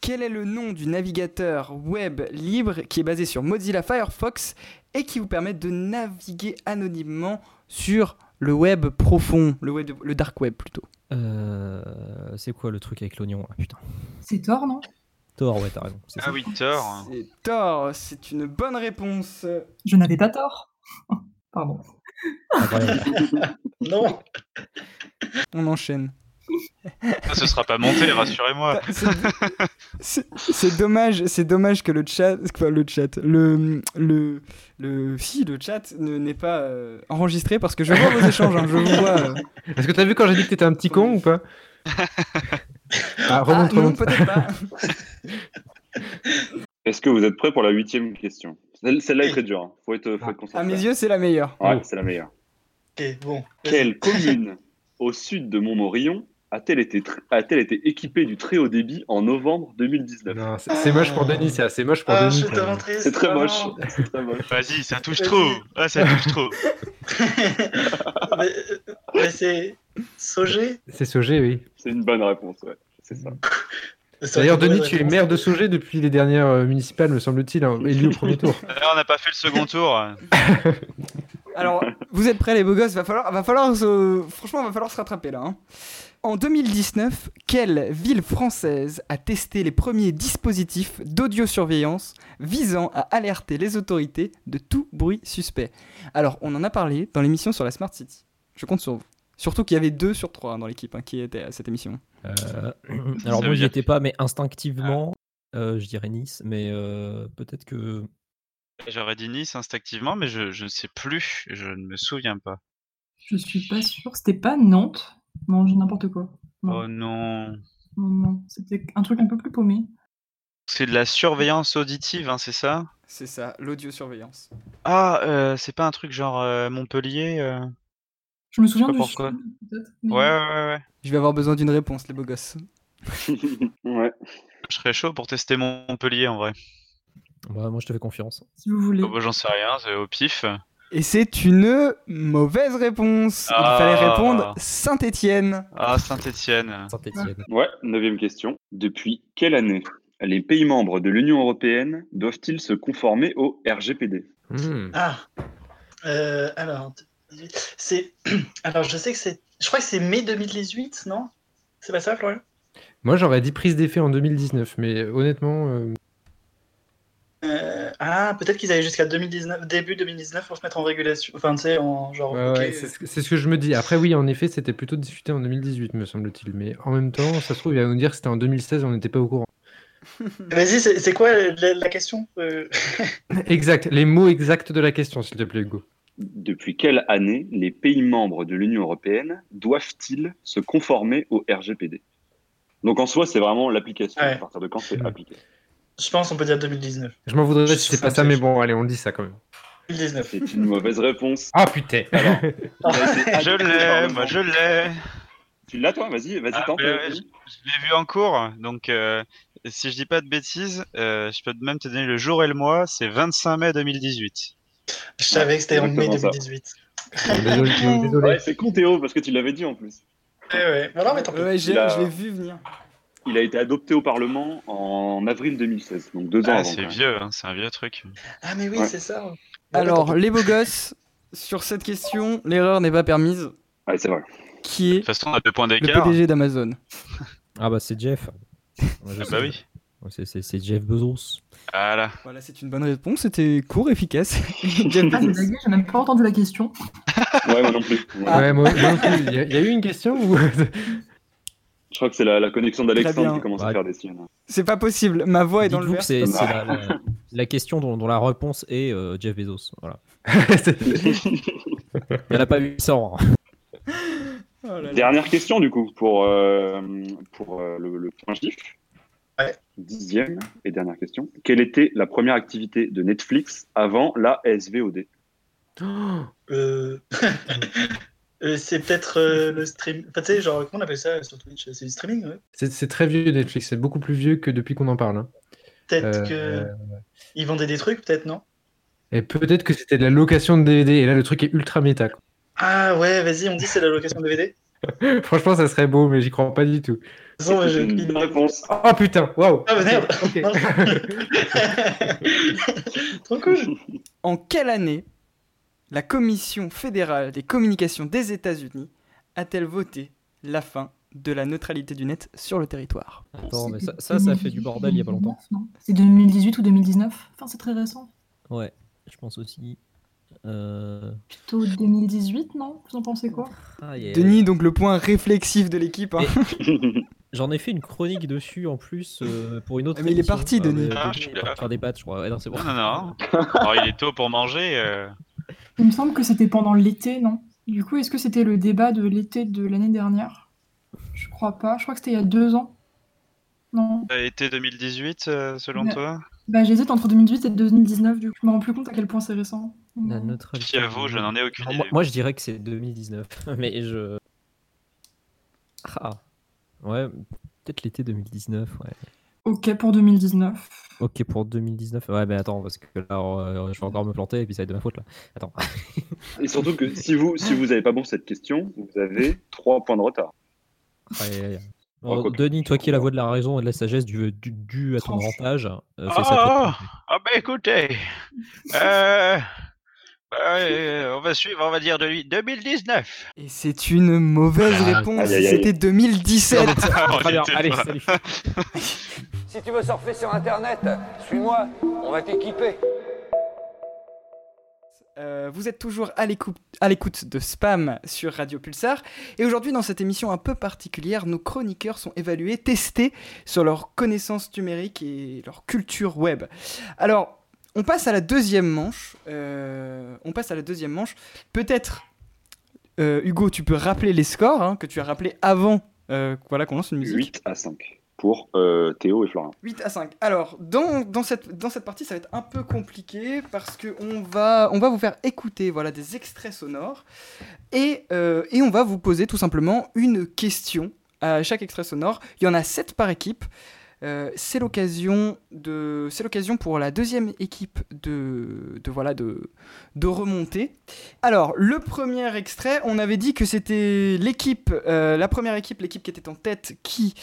[SPEAKER 6] Quel est le nom du navigateur web libre qui est basé sur Mozilla Firefox et qui vous permet de naviguer anonymement sur le web profond, le, web, le dark web plutôt
[SPEAKER 9] Euh, c'est quoi le truc avec l'oignon là, Putain.
[SPEAKER 10] C'est Thor, non
[SPEAKER 9] Thor, ouais, t'as raison. c'est
[SPEAKER 11] Ah
[SPEAKER 9] ça.
[SPEAKER 11] oui, Thor.
[SPEAKER 6] C'est tort, c'est une bonne réponse.
[SPEAKER 10] Je n'avais pas tort. Pardon.
[SPEAKER 9] Incroyable.
[SPEAKER 7] Non,
[SPEAKER 6] On enchaîne.
[SPEAKER 11] Ça, ce sera pas monté, rassurez-moi.
[SPEAKER 6] C'est- C'est c'est dommage, c'est dommage que le chat, enfin, le chat, le le le si le chat ne n'est pas euh, enregistré parce que je vois vos échanges, hein, je vous vois. euh.
[SPEAKER 8] Est-ce que t'as vu quand j'ai dit que t'étais un petit con ou pas Ah, remonte,
[SPEAKER 6] Ah, non,
[SPEAKER 8] remonte.
[SPEAKER 6] peut-être pas.
[SPEAKER 12] Est-ce que vous êtes prêts pour la huitième question Celle- Celle-là est très dure, hein. faut, être, faut être concentré.
[SPEAKER 6] À mes yeux, c'est la meilleure.
[SPEAKER 12] Ouais, c'est la meilleure.
[SPEAKER 7] ok, bon.
[SPEAKER 12] Quelle commune au sud de Montmorillon a-t-elle été, tr- a-t-elle été équipée du très haut débit en novembre 2019
[SPEAKER 8] Non, c'est c'est moche pour Denis, ça. C'est moche pour
[SPEAKER 7] Ah, je
[SPEAKER 8] Denis.
[SPEAKER 7] suis
[SPEAKER 8] ça.
[SPEAKER 7] tellement triste.
[SPEAKER 12] C'est très
[SPEAKER 7] vraiment.
[SPEAKER 12] moche. C'est très moche.
[SPEAKER 11] Vas-y, ça touche trop. Ah, ça touche trop.
[SPEAKER 7] mais mais c'est Sogé
[SPEAKER 8] C'est Sogé, oui.
[SPEAKER 12] C'est une bonne réponse, ouais. C'est ça.
[SPEAKER 8] D'ailleurs, Denis, tu es maire de Sogé depuis les dernières euh, municipales, me semble-t-il, hein, élu au premier tour.
[SPEAKER 11] Là, on n'a pas fait le second tour.
[SPEAKER 6] Alors, vous êtes prêts les beaux gosses Va falloir, va falloir se... Franchement, va falloir se rattraper là. hein. En 2019, quelle ville française a testé les premiers dispositifs d'audiosurveillance visant à alerter les autorités de tout bruit suspect Alors, on en a parlé dans l'émission sur la Smart City. Je compte sur vous. Surtout qu'il y avait deux sur trois dans l'équipe hein, qui étaient à cette émission.
[SPEAKER 9] Euh, alors
[SPEAKER 11] veut
[SPEAKER 9] moi j'y
[SPEAKER 11] dire Ah.
[SPEAKER 9] étais pas, mais instinctivement, euh, je dirais Nice, mais euh, peut-être que
[SPEAKER 11] J'aurais dit Nice instinctivement, mais je, je ne sais plus. Je ne me souviens pas.
[SPEAKER 10] Je suis pas sûre. C'était pas Nantes Non, j'ai n'importe quoi.
[SPEAKER 11] Oh non.
[SPEAKER 10] Non, non. C'était un truc un peu plus paumé.
[SPEAKER 11] C'est de la surveillance auditive, hein, c'est ça
[SPEAKER 6] C'est ça, l'audiosurveillance.
[SPEAKER 11] Ah, euh, c'est pas un truc genre euh, Montpellier euh
[SPEAKER 10] Je me souviens
[SPEAKER 11] pas
[SPEAKER 10] du
[SPEAKER 11] pourquoi.
[SPEAKER 10] film, peut-être. mais-
[SPEAKER 11] Ouais, ouais, ouais. ouais.
[SPEAKER 6] Je vais avoir besoin d'une réponse, les beaux gosses.
[SPEAKER 12] ouais.
[SPEAKER 11] Je serais chaud pour tester Montpellier en vrai.
[SPEAKER 9] Bah, moi je te fais confiance.
[SPEAKER 10] Si vous voulez.
[SPEAKER 11] Oh, bah, J'en sais rien, c'est au pif.
[SPEAKER 6] Et c'est une mauvaise réponse.
[SPEAKER 11] Ah.
[SPEAKER 6] Il fallait répondre Saint-Étienne.
[SPEAKER 11] Ah, Saint-Etienne.
[SPEAKER 9] Saint-Étienne.
[SPEAKER 12] Ouais, neuvième question. Depuis quelle année les pays membres de l'Union européenne doivent-ils se conformer au RGPD
[SPEAKER 8] Hmm.
[SPEAKER 7] Ah. Euh, alors, c'est. Alors, je sais que c'est. Je crois que c'est mai 2018, non C'est pas ça, Florian
[SPEAKER 8] Moi, j'aurais dit prise d'effet en 2019, mais honnêtement. euh,
[SPEAKER 7] Euh, Ah, peut-être qu'ils avaient jusqu'à 2019, début 2019 pour se mettre en régulation. Enfin, tu sais, en genre.
[SPEAKER 8] ouais,
[SPEAKER 7] ok,
[SPEAKER 8] ouais, c'est ce que- c'est ce que je me dis. Après, oui, en effet, c'était plutôt discuté en 2018, me semble-t-il. Mais en même temps, ça se trouve, il va nous dire que c'était en 2016, on n'était pas au courant.
[SPEAKER 7] Vas-y, c'est c'est quoi la, la question Euh,
[SPEAKER 8] Exact, les mots exacts de la question, s'il te plaît, Hugo.
[SPEAKER 12] Depuis quelle année les pays membres de l'Union européenne doivent-ils se conformer au RGPD Donc en soi, c'est vraiment l'application.
[SPEAKER 7] Ouais.
[SPEAKER 12] À partir de quand
[SPEAKER 7] Mm.
[SPEAKER 12] c'est appliqué
[SPEAKER 7] Je pense on peut dire 2019.
[SPEAKER 8] Je m'en voudrais
[SPEAKER 7] Juste
[SPEAKER 8] si c'est
[SPEAKER 7] faire
[SPEAKER 8] pas ça, mais bon, allez, on dit ça quand même.
[SPEAKER 7] 2019.
[SPEAKER 12] C'est une mauvaise réponse.
[SPEAKER 8] Ah putain
[SPEAKER 11] Ah,
[SPEAKER 12] Eh,
[SPEAKER 11] Je l'ai, moi je l'ai.
[SPEAKER 12] Tu l'as toi Vas-y, vas-y,
[SPEAKER 11] Ah,
[SPEAKER 12] tente.
[SPEAKER 11] mais ouais, je je l'ai vu en cours, donc euh, si je dis pas de bêtises, euh, je peux même te donner le jour et le mois, c'est 25 mai 2018.
[SPEAKER 7] Je savais que c'était en mai
[SPEAKER 12] exactement ça.
[SPEAKER 7] 2018.
[SPEAKER 8] Désolé, Guillaume, désolé.
[SPEAKER 12] Ouais, c'est con Théo, parce que tu l'avais dit en plus.
[SPEAKER 7] Eh ouais,
[SPEAKER 12] Ah,
[SPEAKER 7] non, non, mais tant pis.
[SPEAKER 6] Ouais, j'ai-
[SPEAKER 12] Il a-
[SPEAKER 6] je l'ai vu venir.
[SPEAKER 12] Il a été adopté au Parlement en avril 2016, donc deux ans
[SPEAKER 11] Ah,
[SPEAKER 12] avant.
[SPEAKER 11] c'est
[SPEAKER 12] quand même.
[SPEAKER 11] vieux, hein, c'est un vieux truc.
[SPEAKER 7] Ah, mais oui,
[SPEAKER 12] Ouais.
[SPEAKER 7] c'est ça.
[SPEAKER 6] Alors, les beaux gosses, sur cette question, l'erreur n'est pas permise.
[SPEAKER 12] Ouais, c'est vrai.
[SPEAKER 6] Qui
[SPEAKER 11] De toute
[SPEAKER 6] est
[SPEAKER 11] façon, on a deux points
[SPEAKER 6] le
[SPEAKER 11] d'écart.
[SPEAKER 6] PDG d'Amazon
[SPEAKER 9] Ah bah c'est Jeff. Moi, je
[SPEAKER 11] Ah
[SPEAKER 9] sais.
[SPEAKER 11] bah oui.
[SPEAKER 9] Ouais, c'est- C'est c'est Jeff Bezos.
[SPEAKER 11] Voilà.
[SPEAKER 6] Voilà, c'est une bonne réponse, c'était court, efficace. Jeff
[SPEAKER 10] Ah, c'est
[SPEAKER 6] Bezos.
[SPEAKER 10] dingue, j'ai même pas entendu la question.
[SPEAKER 12] Ouais, moi non plus. Ouais.
[SPEAKER 6] Ah.
[SPEAKER 8] Ouais, moi, moi non plus. Il y, a- il y a eu une question ou...
[SPEAKER 12] Je crois que c'est la, la connexion
[SPEAKER 6] Très bien.
[SPEAKER 12] d'Alexandre qui commence
[SPEAKER 9] Ouais.
[SPEAKER 12] à faire des siennes.
[SPEAKER 6] C'est pas possible, ma voix est dans le
[SPEAKER 9] Dites-vous
[SPEAKER 6] verre.
[SPEAKER 9] que c'est
[SPEAKER 6] c'est pas
[SPEAKER 9] c'est la, la- la question dont, dont la réponse est euh, Jeff Bezos. Voilà. Il n'y en a pas eu 100. hein.
[SPEAKER 6] possible. Oh là là.
[SPEAKER 12] Dernière question du coup pour, euh, pour euh, le, le point GIF.
[SPEAKER 7] Ouais.
[SPEAKER 12] Dixième et dernière question. Quelle était la première activité de Netflix avant la SVOD
[SPEAKER 7] Euh... euh, c'est peut-être euh, le stream. Enfin, tu sais, genre, comment on appelle ça euh, sur Twitch C'est du streaming, ouais.
[SPEAKER 8] C'est c'est très vieux Netflix, c'est beaucoup plus vieux que depuis qu'on en parle. hein.
[SPEAKER 7] Peut-être
[SPEAKER 8] Euh,
[SPEAKER 7] que ils vendaient des trucs, peut-être, non
[SPEAKER 8] Et peut-être que c'était de la location de DVD, et là le truc est ultra méta. quoi.
[SPEAKER 7] Ah ouais, vas-y, on dit c'est la location DVD.
[SPEAKER 8] Franchement, ça serait beau, mais j'y crois pas du tout.
[SPEAKER 7] De toute façon, moi,
[SPEAKER 12] C'est
[SPEAKER 7] Oh, j'ai
[SPEAKER 12] une
[SPEAKER 7] aucune
[SPEAKER 12] réponse.
[SPEAKER 8] Oh putain, waouh
[SPEAKER 7] Ah, merde.
[SPEAKER 8] Ok.
[SPEAKER 7] Non. Trop cool
[SPEAKER 6] En quelle année la Commission fédérale des communications des États-Unis a-t-elle voté la fin de la neutralité du net sur le territoire
[SPEAKER 9] Attends, mais ça, ça, ça a fait du bordel il n'y a pas longtemps.
[SPEAKER 10] Non, C'est 2018 ou 2019 Enfin, c'est très récent.
[SPEAKER 9] Ouais, je pense aussi. Euh... Ah,
[SPEAKER 10] Plutôt 2018, non Vous en pensez quoi
[SPEAKER 9] aïe, aïe, aïe.
[SPEAKER 6] Denis, donc le point réflexif de l'équipe. hein.
[SPEAKER 9] J'en ai fait une chronique dessus en plus euh, pour une autre.
[SPEAKER 6] Ah, mais il est
[SPEAKER 9] émission.
[SPEAKER 6] parti, Denis.
[SPEAKER 9] mais-
[SPEAKER 11] Ah, je suis
[SPEAKER 9] il est parti
[SPEAKER 11] là.
[SPEAKER 9] Faire des pattes, je crois. Ouais, non, c'est bon.
[SPEAKER 11] Non, non, non. Alors, Oh, il est tôt pour manger. euh.
[SPEAKER 10] Il me semble que c'était pendant l'été, non Du coup, est-ce que c'était le débat de l'été de l'année dernière Je crois pas. Je crois que c'était il y a deux ans. Non.
[SPEAKER 11] Ça a été 2018, euh, selon
[SPEAKER 10] Ouais.
[SPEAKER 11] toi
[SPEAKER 10] Bah, j'hésite entre 2018 et 2019, du coup. Je me rends plus compte à quel point c'est récent.
[SPEAKER 9] La neutralité.
[SPEAKER 11] Qui avoue, je n'en ai aucune
[SPEAKER 9] Non,
[SPEAKER 11] idée.
[SPEAKER 9] moi, moi, je dirais que c'est 2019, mais je. Ah. Ouais, peut-être l'été 2019, ouais.
[SPEAKER 10] Ok, pour 2019.
[SPEAKER 9] Ok pour 2019. Ouais, mais attends, parce que là, euh, je vais encore me planter et puis ça va être de ma faute là. Attends.
[SPEAKER 12] Et surtout que si vous si vous avez pas bon cette question, vous avez trois points de retard.
[SPEAKER 9] Aïe, aïe, aïe.
[SPEAKER 12] Oh,
[SPEAKER 9] Bon,
[SPEAKER 12] quoi que-
[SPEAKER 9] Denis, toi qui es la voix de la raison et de la sagesse due du, due à ton
[SPEAKER 10] Tranche.
[SPEAKER 9] grand âge, euh, fais ça
[SPEAKER 11] Ah,
[SPEAKER 9] peut-être.
[SPEAKER 11] ah bah écoutez, euh, euh, on va suivre, on va dire de lui 2019.
[SPEAKER 6] Et c'est une mauvaise
[SPEAKER 8] Ah,
[SPEAKER 6] réponse,
[SPEAKER 12] aïe, aïe, aïe.
[SPEAKER 6] c'était 2017.
[SPEAKER 11] Oh,
[SPEAKER 9] Ah, Très bien,
[SPEAKER 11] j'étais
[SPEAKER 9] allez,
[SPEAKER 11] pas-
[SPEAKER 9] salut.
[SPEAKER 2] Si tu veux surfer sur Internet, suis-moi, on va t'équiper.
[SPEAKER 6] Euh, vous êtes toujours à l'écou- à l'écoute de Spam sur Radio Pulsar. Et aujourd'hui, dans cette émission un peu particulière, nos chroniqueurs sont évalués, testés sur leur connaissance numérique et leur culture web. Alors, on passe à la deuxième manche. Euh, on passe à la deuxième manche. Peut-être, euh, Hugo, tu peux rappeler les scores hein, que tu as rappelés avant euh, voilà, qu'on lance une musique.
[SPEAKER 12] 8 à 5 pour euh, Théo et Florian.
[SPEAKER 6] 8 à 5. Alors, dans, dans cette, dans cette partie, ça va être un peu compliqué parce qu'on va, on va vous faire écouter voilà, des extraits sonores et, euh, et on va vous poser tout simplement une question à chaque extrait sonore. Il y en a 7 par équipe. Euh, c'est l'occasion de c'est l'occasion pour la deuxième équipe de, de voilà de de remonter. Alors le premier extrait, on avait dit que c'était l'équipe euh, la première équipe l'équipe qui était en tête qui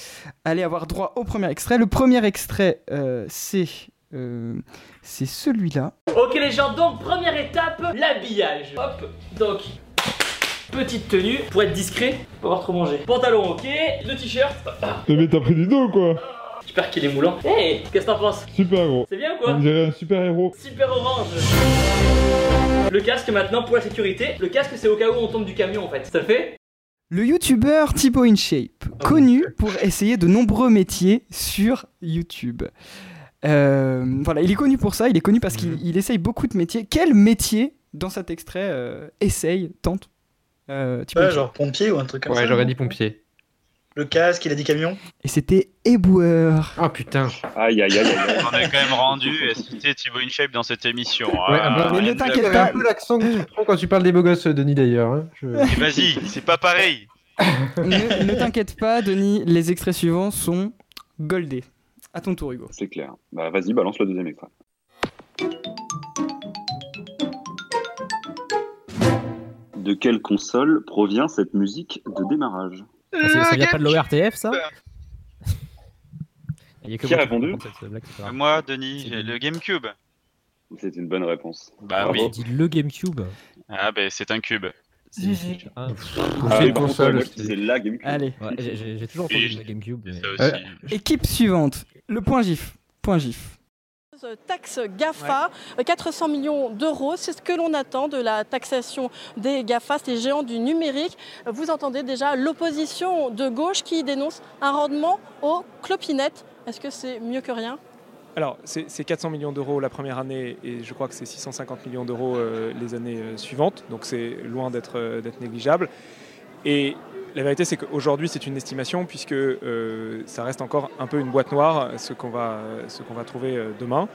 [SPEAKER 6] allait avoir droit au premier extrait. Le premier extrait, euh, c'est Euh, c'est celui-là.
[SPEAKER 13] Ok les gens, donc première étape, l'habillage. Hop, donc petite tenue pour être discret, pas avoir trop mangé. Pantalon ok, le t-shirt. Ah,
[SPEAKER 14] Mais t'as pris du dos quoi
[SPEAKER 13] J'espère qu'il est moulant. Hey, qu'est-ce que t'en penses
[SPEAKER 14] Super gros.
[SPEAKER 13] C'est bien ou quoi
[SPEAKER 14] On dirait un super héros.
[SPEAKER 13] Super orange. Le casque maintenant pour la sécurité. Le casque c'est au cas où on tombe du camion en fait. Ça le fait
[SPEAKER 6] Le youtubeur Thibaut
[SPEAKER 7] Ah
[SPEAKER 6] InShape, connu pour essayer de nombreux métiers sur YouTube. Euh, voilà, il est connu pour ça, il est connu parce
[SPEAKER 7] Mhm.
[SPEAKER 6] qu'il il essaye beaucoup de métiers. Quel métier dans cet extrait euh, essaye, tente euh, Thibaut
[SPEAKER 7] Ouais,
[SPEAKER 6] InShape
[SPEAKER 7] genre pompier ou un truc comme ça.
[SPEAKER 8] Ouais, j'aurais
[SPEAKER 7] non
[SPEAKER 8] dit pompier.
[SPEAKER 7] Le casque, il a dit camion.
[SPEAKER 6] Et c'était éboueur.
[SPEAKER 8] Ah putain.
[SPEAKER 12] Aïe, aïe, aïe, aïe.
[SPEAKER 11] On est quand même rendu à citer Thibaut InShape dans cette émission.
[SPEAKER 8] Ouais,
[SPEAKER 11] Ah,
[SPEAKER 8] ah bah,
[SPEAKER 11] rien de
[SPEAKER 8] t'avais
[SPEAKER 11] la-
[SPEAKER 8] un peu l'accent que tu prends quand tu parles des beaux gosses, Denis d'ailleurs. hein. Je-
[SPEAKER 11] Et Vas-y, c'est pas pareil.
[SPEAKER 6] ne ne t'inquiète pas, Denis, les extraits suivants sont goldés. À ton tour, Hugo.
[SPEAKER 12] C'est clair. Bah vas-y, balance le deuxième extrait. De quelle console provient cette musique de démarrage
[SPEAKER 9] Ah, c'est- ça vient pas de l'ORTF ça Il y a que
[SPEAKER 12] Qui a
[SPEAKER 9] moi
[SPEAKER 12] répondu
[SPEAKER 9] comprends cette blague, c'est pas grave.
[SPEAKER 11] Moi, Denis, j'ai le GameCube.
[SPEAKER 12] C'est une bonne réponse.
[SPEAKER 11] Bah
[SPEAKER 9] J'ai
[SPEAKER 11] oui.
[SPEAKER 9] dit le GameCube.
[SPEAKER 11] Ah bah c'est un cube.
[SPEAKER 9] Ah, pff.
[SPEAKER 12] Ah,
[SPEAKER 8] C'est
[SPEAKER 12] par contre,
[SPEAKER 8] console,
[SPEAKER 12] ouais, c'est la GameCube.
[SPEAKER 6] Allez.
[SPEAKER 9] Ouais, j'ai- j'ai j'ai toujours entendu la GameCube. mais-
[SPEAKER 6] Euh, équipe suivante. Le point gif. Point gif.
[SPEAKER 15] Taxe GAFA, 400 millions d'euros, c'est ce que l'on attend de la taxation des GAFA, ces géants du numérique. Vous entendez déjà l'opposition de gauche qui dénonce un rendement aux clopinettes. Est-ce que c'est mieux que rien
[SPEAKER 16] Alors, c'est c'est 400 millions d'euros la première année et je crois que c'est 650 millions d'euros euh, les années euh, suivantes. Donc, c'est loin d'être euh, d'être négligeable. Et la vérité, c'est qu'aujourd'hui, c'est une estimation puisque euh, ça reste encore un peu une boîte noire, ce qu'on va, ce qu'on va trouver euh, demain.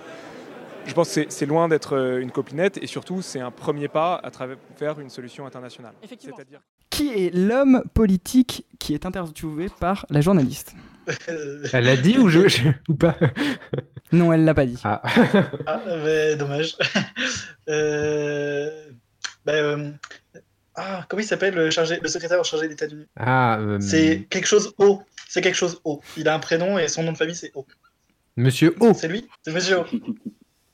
[SPEAKER 16] Je pense que c'est- c'est loin d'être euh, une copinette et surtout, c'est un premier pas à travers vers une solution internationale. C'est-à-dire-
[SPEAKER 6] Qui est l'homme politique qui est interviewé par la journaliste
[SPEAKER 8] Elle l'a dit ou, je... je- ou pas
[SPEAKER 6] Non, elle l'a pas dit.
[SPEAKER 7] Ah, mais dommage. Euh, bah, euh, Ah, comment il s'appelle le, chargé... le secrétaire chargé d'État du.
[SPEAKER 8] Ah, euh,
[SPEAKER 7] C'est quelque chose O. C'est quelque chose O. Il a un prénom et son nom de famille c'est O.
[SPEAKER 8] Monsieur O.
[SPEAKER 7] C'est lui C'est Monsieur O.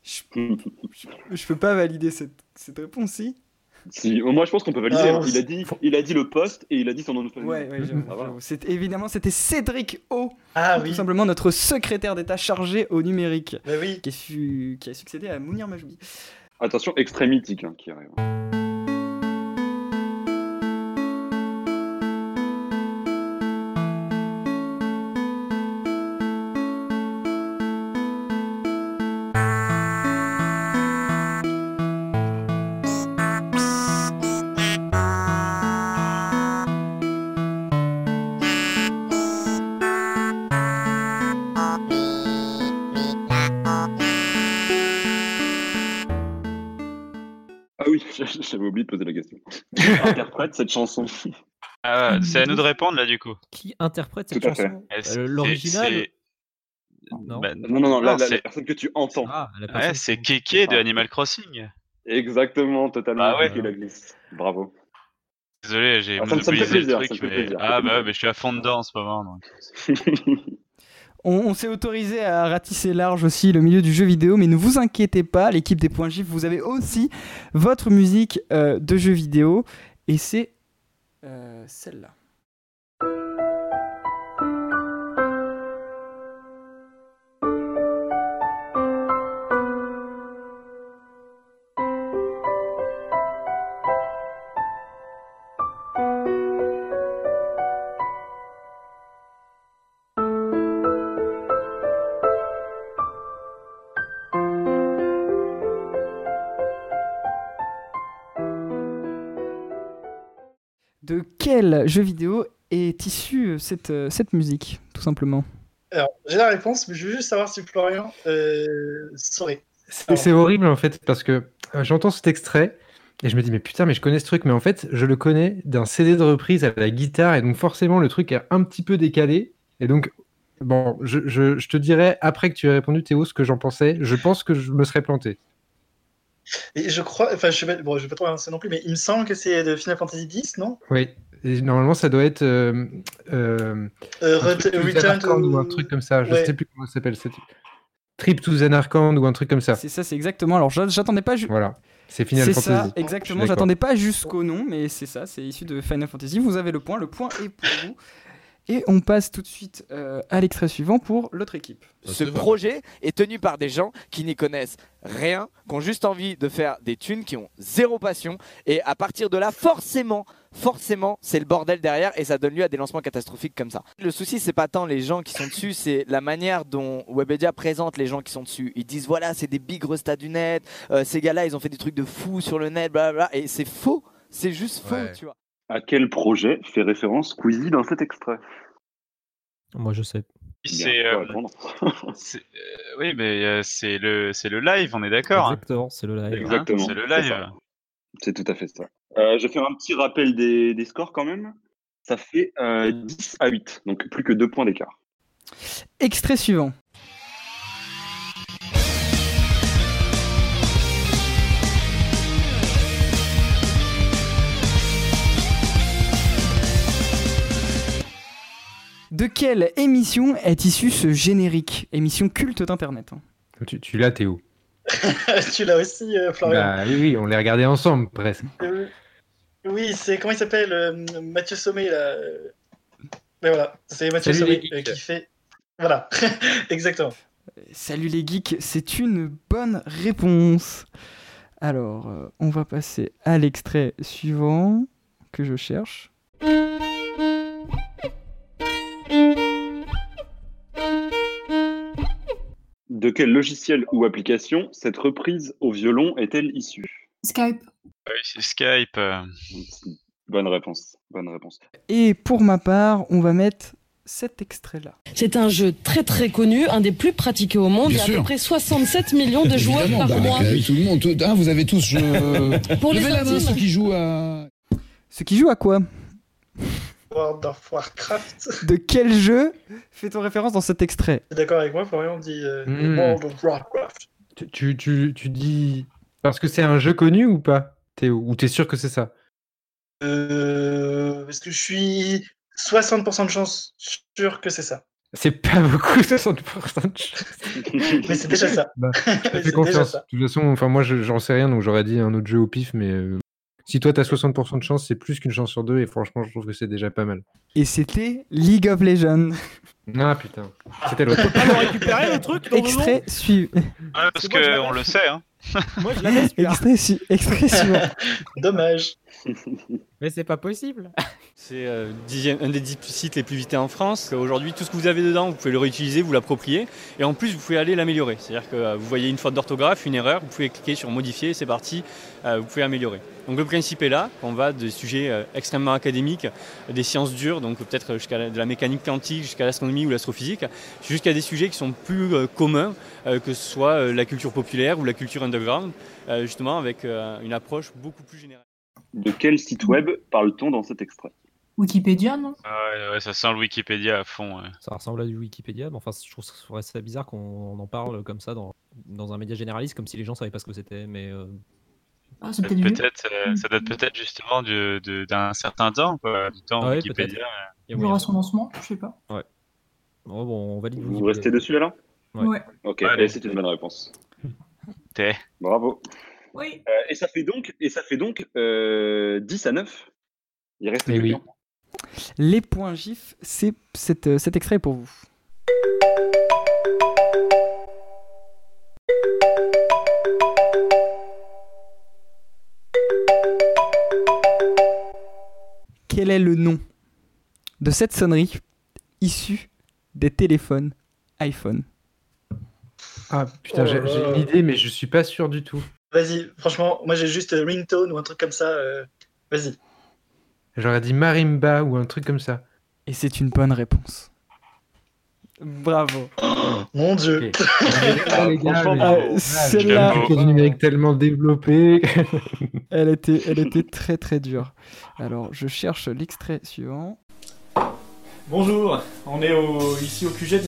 [SPEAKER 6] Je peux pas valider cette, cette réponse, si
[SPEAKER 12] Si, moi je pense qu'on peut valider.
[SPEAKER 6] Ah,
[SPEAKER 12] hein.
[SPEAKER 6] ouais.
[SPEAKER 12] il, a dit, il a dit le poste et il a dit son nom de famille.
[SPEAKER 6] Ouais, ouais, j'avoue,
[SPEAKER 12] Ah, voilà.
[SPEAKER 6] j'avoue. C'est- Évidemment, c'était Cédric O.
[SPEAKER 7] Ah
[SPEAKER 6] tout
[SPEAKER 7] oui.
[SPEAKER 6] simplement notre secrétaire d'État chargé au numérique.
[SPEAKER 7] oui.
[SPEAKER 6] Qui, fut- qui a succédé à Mounir Majoubi.
[SPEAKER 12] Attention, extrême mythique hein, qui arrive. Ah oui, j'avais oublié de poser la question. Qui interprète cette chanson
[SPEAKER 8] Mmh.
[SPEAKER 11] Ah, c'est à nous de répondre là du coup.
[SPEAKER 9] Qui interprète cette
[SPEAKER 12] Tout à fait.
[SPEAKER 9] chanson
[SPEAKER 11] Est-ce
[SPEAKER 9] Euh,
[SPEAKER 11] que
[SPEAKER 9] L'original
[SPEAKER 11] c'est-
[SPEAKER 9] Non.
[SPEAKER 11] Bah,
[SPEAKER 12] Non, non, non, là, la,
[SPEAKER 11] c'est-
[SPEAKER 12] la personne que tu entends.
[SPEAKER 8] Ah,
[SPEAKER 9] la
[SPEAKER 11] Ouais, c'est Keke de Animal Crossing.
[SPEAKER 12] Exactement, totalement.
[SPEAKER 11] Bah ouais.
[SPEAKER 12] qui la glisse. Bravo.
[SPEAKER 11] Désolé, j'ai
[SPEAKER 12] Ah, ça me- ça me fait
[SPEAKER 11] monopolisé le
[SPEAKER 12] plaisir, ça
[SPEAKER 11] truc.
[SPEAKER 12] me fait
[SPEAKER 11] mais-
[SPEAKER 12] plaisir.
[SPEAKER 11] Ah bah ouais, mais je suis à fond dedans en ce moment. donc.
[SPEAKER 6] On, on s'est autorisé à ratisser large aussi le milieu du jeu vidéo, mais ne vous inquiétez pas, l'équipe des points gifs, vous avez aussi votre musique euh, de jeu vidéo, et c'est euh, celle-là. De quel jeu vidéo est issue euh, cette, euh, cette musique, tout simplement
[SPEAKER 7] Alors, j'ai la réponse, mais je veux juste savoir si Florian euh, saurait.
[SPEAKER 8] C'est c'est horrible en fait parce que euh, j'entends cet extrait et je me dis mais putain mais je connais ce truc mais en fait je le connais d'un CD de reprise à la guitare et donc forcément le truc est un petit peu décalé et donc bon je, je- je te dirai après que tu aies répondu Théo ce que j'en pensais je pense que je me serais planté
[SPEAKER 7] Et je crois, enfin, je sais pas, bon, je vais pas trop avancer non plus, mais il me semble que c'est de Final Fantasy X, non
[SPEAKER 8] oui Et normalement ça doit être euh, euh,
[SPEAKER 7] Euh,
[SPEAKER 8] un truc
[SPEAKER 7] Ret-
[SPEAKER 8] plus
[SPEAKER 7] euh, Return
[SPEAKER 8] Arkham
[SPEAKER 7] to-
[SPEAKER 8] ou un truc comme ça je
[SPEAKER 7] Ouais.
[SPEAKER 8] sais plus comment ça s'appelle cette- Trip to Zanarkand ou un truc comme ça.
[SPEAKER 6] C'est ça, c'est exactement. Alors, j'a- j'attendais pas. ju-
[SPEAKER 8] Voilà, c'est Ah. Final
[SPEAKER 6] C'est
[SPEAKER 8] Fantasy.
[SPEAKER 6] ça,
[SPEAKER 8] Je suis
[SPEAKER 6] exactement.
[SPEAKER 8] d'accord.
[SPEAKER 6] J'attendais pas jusqu'au nom, mais c'est ça, c'est issu de Final Fantasy. Vous avez le point, le point est pour vous. Et on passe tout de suite euh, à l'extrait suivant pour l'autre équipe.
[SPEAKER 17] Ce projet est tenu par des gens qui n'y connaissent rien, qui ont juste envie de faire des thunes, qui ont zéro passion. Et à partir de là, forcément, forcément, c'est le bordel derrière et ça donne lieu à des lancements catastrophiques comme ça. Le souci, c'est pas tant les gens qui sont dessus, c'est la manière dont Webedia présente les gens qui sont dessus. Ils disent voilà, c'est des big restats du net, euh, ces gars-là, ils ont fait des trucs de fous sur le net, blablabla. Et c'est faux, c'est juste faux, tu vois.
[SPEAKER 12] À quel projet fait référence Squeezie dans cet extrait
[SPEAKER 9] Moi, je sais.
[SPEAKER 11] C'est, euh, c'est- euh, oui, mais euh, c'est le, c'est le live, on est d'accord. hein.
[SPEAKER 9] Exactement, c'est le live.
[SPEAKER 11] Exactement.
[SPEAKER 12] Exactement.
[SPEAKER 11] C'est le live.
[SPEAKER 12] ça. C'est tout à fait ça. Euh, je vais faire un petit rappel des, des scores quand même. Ça fait euh, 10 à 8, donc plus que 2 points d'écart.
[SPEAKER 6] Extrait suivant. De quelle émission est issu ce générique Émission culte d'Internet. hein.
[SPEAKER 8] Tu, tu l'as, Théo.
[SPEAKER 7] tu l'as aussi, euh, Florian.
[SPEAKER 8] Bah, oui, oui, on les regardé ensemble presque.
[SPEAKER 7] Euh, oui, c'est comment il s'appelle euh, Mathieu Sommet là. euh. Mais voilà, c'est Mathieu
[SPEAKER 6] Salut les
[SPEAKER 7] Sommet euh, qui fait. Voilà, exactement.
[SPEAKER 6] Euh, Salut les geeks, c'est une bonne réponse. Alors, euh, on va passer à l'extrait suivant que je cherche.
[SPEAKER 12] De quel logiciel ou application cette reprise au violon est-elle issue
[SPEAKER 10] Skype.
[SPEAKER 11] Oui, c'est Skype. euh.
[SPEAKER 12] Bonne réponse. Bonne réponse.
[SPEAKER 6] Et pour ma part, on va mettre cet extrait-là.
[SPEAKER 18] C'est un jeu très très connu, un des plus pratiqués au monde.
[SPEAKER 6] Bien
[SPEAKER 18] Il y a à
[SPEAKER 6] sûr.
[SPEAKER 18] peu près 67 millions de joueurs
[SPEAKER 19] Évidemment,
[SPEAKER 18] par
[SPEAKER 19] bah,
[SPEAKER 18] mois.
[SPEAKER 19] avec- avec tout le monde. tout- ah, vous avez tous. Je...
[SPEAKER 18] Pour les
[SPEAKER 19] Levez la main,
[SPEAKER 18] intimes.
[SPEAKER 19] ceux qui jouent à.
[SPEAKER 6] Ce qui joue à quoi
[SPEAKER 7] World of Warcraft.
[SPEAKER 6] De quel jeu fait-on référence dans cet extrait
[SPEAKER 7] T'es d'accord avec moi, Florian dit euh,
[SPEAKER 8] Hmm.
[SPEAKER 7] World of Warcraft.
[SPEAKER 8] Tu, tu, tu, tu dis. Parce que c'est un jeu connu ou pas, Théo Ou t'es sûr que c'est ça
[SPEAKER 7] Euh, parce que je suis 60% de chance sûr que c'est ça.
[SPEAKER 8] C'est pas beaucoup, 60% de chance.
[SPEAKER 7] Mais c'est déjà ça.
[SPEAKER 8] Bah, je te
[SPEAKER 7] Mais
[SPEAKER 8] fais
[SPEAKER 7] c'est déjà
[SPEAKER 8] confiance.
[SPEAKER 7] ça.
[SPEAKER 8] De toute façon, enfin, moi, je- j'en sais rien, donc j'aurais dit un autre jeu au pif, mais euh, si toi, t'as 60% de chance, c'est plus qu'une chance sur deux, et franchement, je trouve que c'est déjà pas mal.
[SPEAKER 6] Et c'était League of Legends.
[SPEAKER 8] Ah putain, c'était l'autre.
[SPEAKER 6] Ah,
[SPEAKER 8] on
[SPEAKER 6] récupéré
[SPEAKER 20] le truc
[SPEAKER 11] dans le
[SPEAKER 6] Extrait
[SPEAKER 11] nom
[SPEAKER 6] suivant.
[SPEAKER 11] Ah Ouais, parce qu'on le sait. Hein.
[SPEAKER 20] Moi, je l'avais celui-là.
[SPEAKER 6] Extrait, su- extrait suivant.
[SPEAKER 7] Dommage.
[SPEAKER 20] Mais c'est pas possible. C'est euh, dixième- un des dix sites les plus visités en France. Aujourd'hui, tout ce que vous avez dedans, vous pouvez le réutiliser, vous l'approprier. Et en plus, vous pouvez aller l'améliorer. C'est-à-dire que euh, vous voyez une faute d'orthographe, une erreur, vous pouvez cliquer sur modifier, c'est parti, euh, vous pouvez améliorer. Donc le principe est là, on va des sujets euh, extrêmement académiques, des sciences dures, donc peut-être jusqu'à la- de la mécanique quantique, jusqu'à l'astronomie ou l'astrophysique, jusqu'à des sujets qui sont plus euh, communs, euh, que ce soit euh, la culture populaire ou la culture underground, euh, justement avec euh, une approche beaucoup plus générale.
[SPEAKER 12] De quel site web parle-t-on dans cet extrait
[SPEAKER 10] Wikipédia, non
[SPEAKER 11] Ah ouais, ouais, ça sent le Wikipédia à fond. ouais.
[SPEAKER 9] Ça ressemble à du Wikipédia, mais enfin, je trouve ça- je trouverais ça bizarre qu'on en parle comme ça dans, dans un média généraliste, comme si les gens savaient pas ce que c'était. Mais euh,
[SPEAKER 10] Ah, c'est peut-être vieux.
[SPEAKER 11] Peut-être, euh, ça date peut-être justement du- de- d'un certain temps, quoi, du temps
[SPEAKER 9] Ah ouais,
[SPEAKER 11] Wikipédia.
[SPEAKER 9] peut-être.
[SPEAKER 11] euh.
[SPEAKER 9] il y
[SPEAKER 10] Il
[SPEAKER 9] a moyen.
[SPEAKER 10] aura son lancement, je sais pas.
[SPEAKER 9] Ouais. Oh, bon, on valide.
[SPEAKER 12] Vous
[SPEAKER 6] euh,
[SPEAKER 12] restez dessus alors
[SPEAKER 9] Ouais. Ouais.
[SPEAKER 12] Ok,
[SPEAKER 9] Ouais.
[SPEAKER 12] et c'est une bonne réponse. Bravo. Euh,
[SPEAKER 10] Oui.
[SPEAKER 12] et ça fait donc, et ça fait donc euh, 10 à 9. Il reste
[SPEAKER 6] Eh
[SPEAKER 12] plus
[SPEAKER 6] oui.
[SPEAKER 12] qu'un.
[SPEAKER 6] Les points gifs, c'est cet, euh, cet extrait est pour vous. Quel est le nom de cette sonnerie issue des téléphones iPhone
[SPEAKER 8] Ah putain,
[SPEAKER 7] Oh
[SPEAKER 8] j'ai
[SPEAKER 7] là
[SPEAKER 8] j'ai
[SPEAKER 7] là.
[SPEAKER 8] une idée, mais je suis pas sûr du tout.
[SPEAKER 7] Vas-y, franchement, moi j'ai juste euh, ringtone ou un truc comme ça. euh, Vas-y.
[SPEAKER 8] J'aurais dit Marimba ou un truc comme ça.
[SPEAKER 6] Et c'est une bonne réponse. Bravo.
[SPEAKER 7] Mon dieu.
[SPEAKER 8] Ah, les gars, mais-
[SPEAKER 6] Ah,
[SPEAKER 8] Ah,
[SPEAKER 6] Celle-là,
[SPEAKER 8] j'ai l'impression qu'il y a du numérique tellement développé.
[SPEAKER 6] elle était, elle était très très dure. Alors, je cherche l'extrait suivant.
[SPEAKER 20] Bonjour, on est au- ici au QG de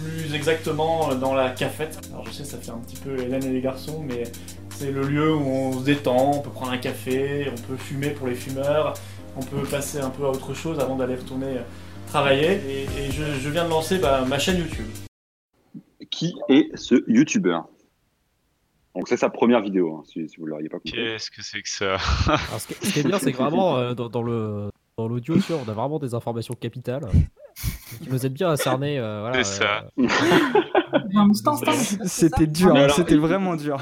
[SPEAKER 20] plus exactement euh, dans la cafette. Alors je sais ça fait un petit peu Hélène et les garçons, mais c'est le lieu où on se détend, on peut prendre un café, on peut fumer pour les fumeurs, on peut passer un peu à autre chose avant d'aller retourner euh, travailler. Et, et je, je viens de lancer bah, ma chaîne YouTube.
[SPEAKER 12] qui est ce youtubeur. Donc c'est sa première vidéo, hein, si, si vous ne l'auriez pas compris.
[SPEAKER 11] Qu'est-ce que c'est que ça
[SPEAKER 12] Alors,
[SPEAKER 11] ce,
[SPEAKER 9] Ce qui est bien, c'est que vraiment euh, dans, dans le dans l'audio, tu vois, on a vraiment des informations capitales qui nous aident bien à cerner. euh, voilà,
[SPEAKER 11] C'est ça.
[SPEAKER 6] C'était dur,
[SPEAKER 12] Mais
[SPEAKER 6] hein,
[SPEAKER 12] alors,
[SPEAKER 6] c'était
[SPEAKER 12] il-
[SPEAKER 6] vraiment dur.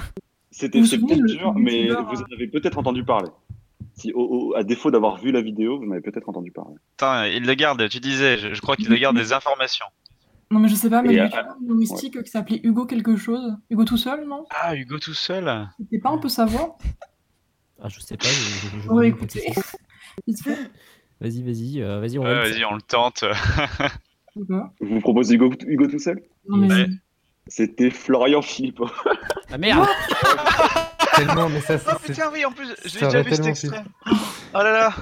[SPEAKER 12] C'était
[SPEAKER 6] Vous
[SPEAKER 12] c'est
[SPEAKER 6] vous
[SPEAKER 12] peut-être
[SPEAKER 6] souvenez, le-
[SPEAKER 12] dur,
[SPEAKER 6] le
[SPEAKER 12] mais
[SPEAKER 6] youtubeur, euh,
[SPEAKER 12] vous en avez peut-être entendu parler. Si, au- au- à défaut d'avoir vu la vidéo, vous en avez peut-être entendu parler.
[SPEAKER 11] Putain, il le garde, tu disais, je, je crois qu'il le garde des informations.
[SPEAKER 10] Non, mais je sais pas, mais
[SPEAKER 11] Et,
[SPEAKER 10] il y
[SPEAKER 11] euh,
[SPEAKER 10] a un mystique qui s'appelait Hugo quelque chose. Hugo tout seul, non
[SPEAKER 11] Ah, Hugo tout seul
[SPEAKER 10] C'était pas un peu savoir
[SPEAKER 9] Ah, je sais pas. je- je- je-
[SPEAKER 10] On va écouter. Il se fait.
[SPEAKER 9] Vas-y, vas-y, euh, vas-y, on
[SPEAKER 11] Ouais,
[SPEAKER 9] va.
[SPEAKER 11] Ah, Vas-y, on le tente.
[SPEAKER 12] Je vous propose Hugo, Hugo tout seul
[SPEAKER 10] Non, mais-
[SPEAKER 11] Ouais.
[SPEAKER 12] C'était Florian Philippot.
[SPEAKER 9] Ah merde
[SPEAKER 8] Tellement, mais ça,
[SPEAKER 7] Oh,
[SPEAKER 11] Ah putain, oui, en plus, j'ai
[SPEAKER 12] Ça
[SPEAKER 11] déjà
[SPEAKER 12] aurait
[SPEAKER 11] vu cet
[SPEAKER 12] tellement
[SPEAKER 11] extrait.
[SPEAKER 12] pu.
[SPEAKER 11] Oh là là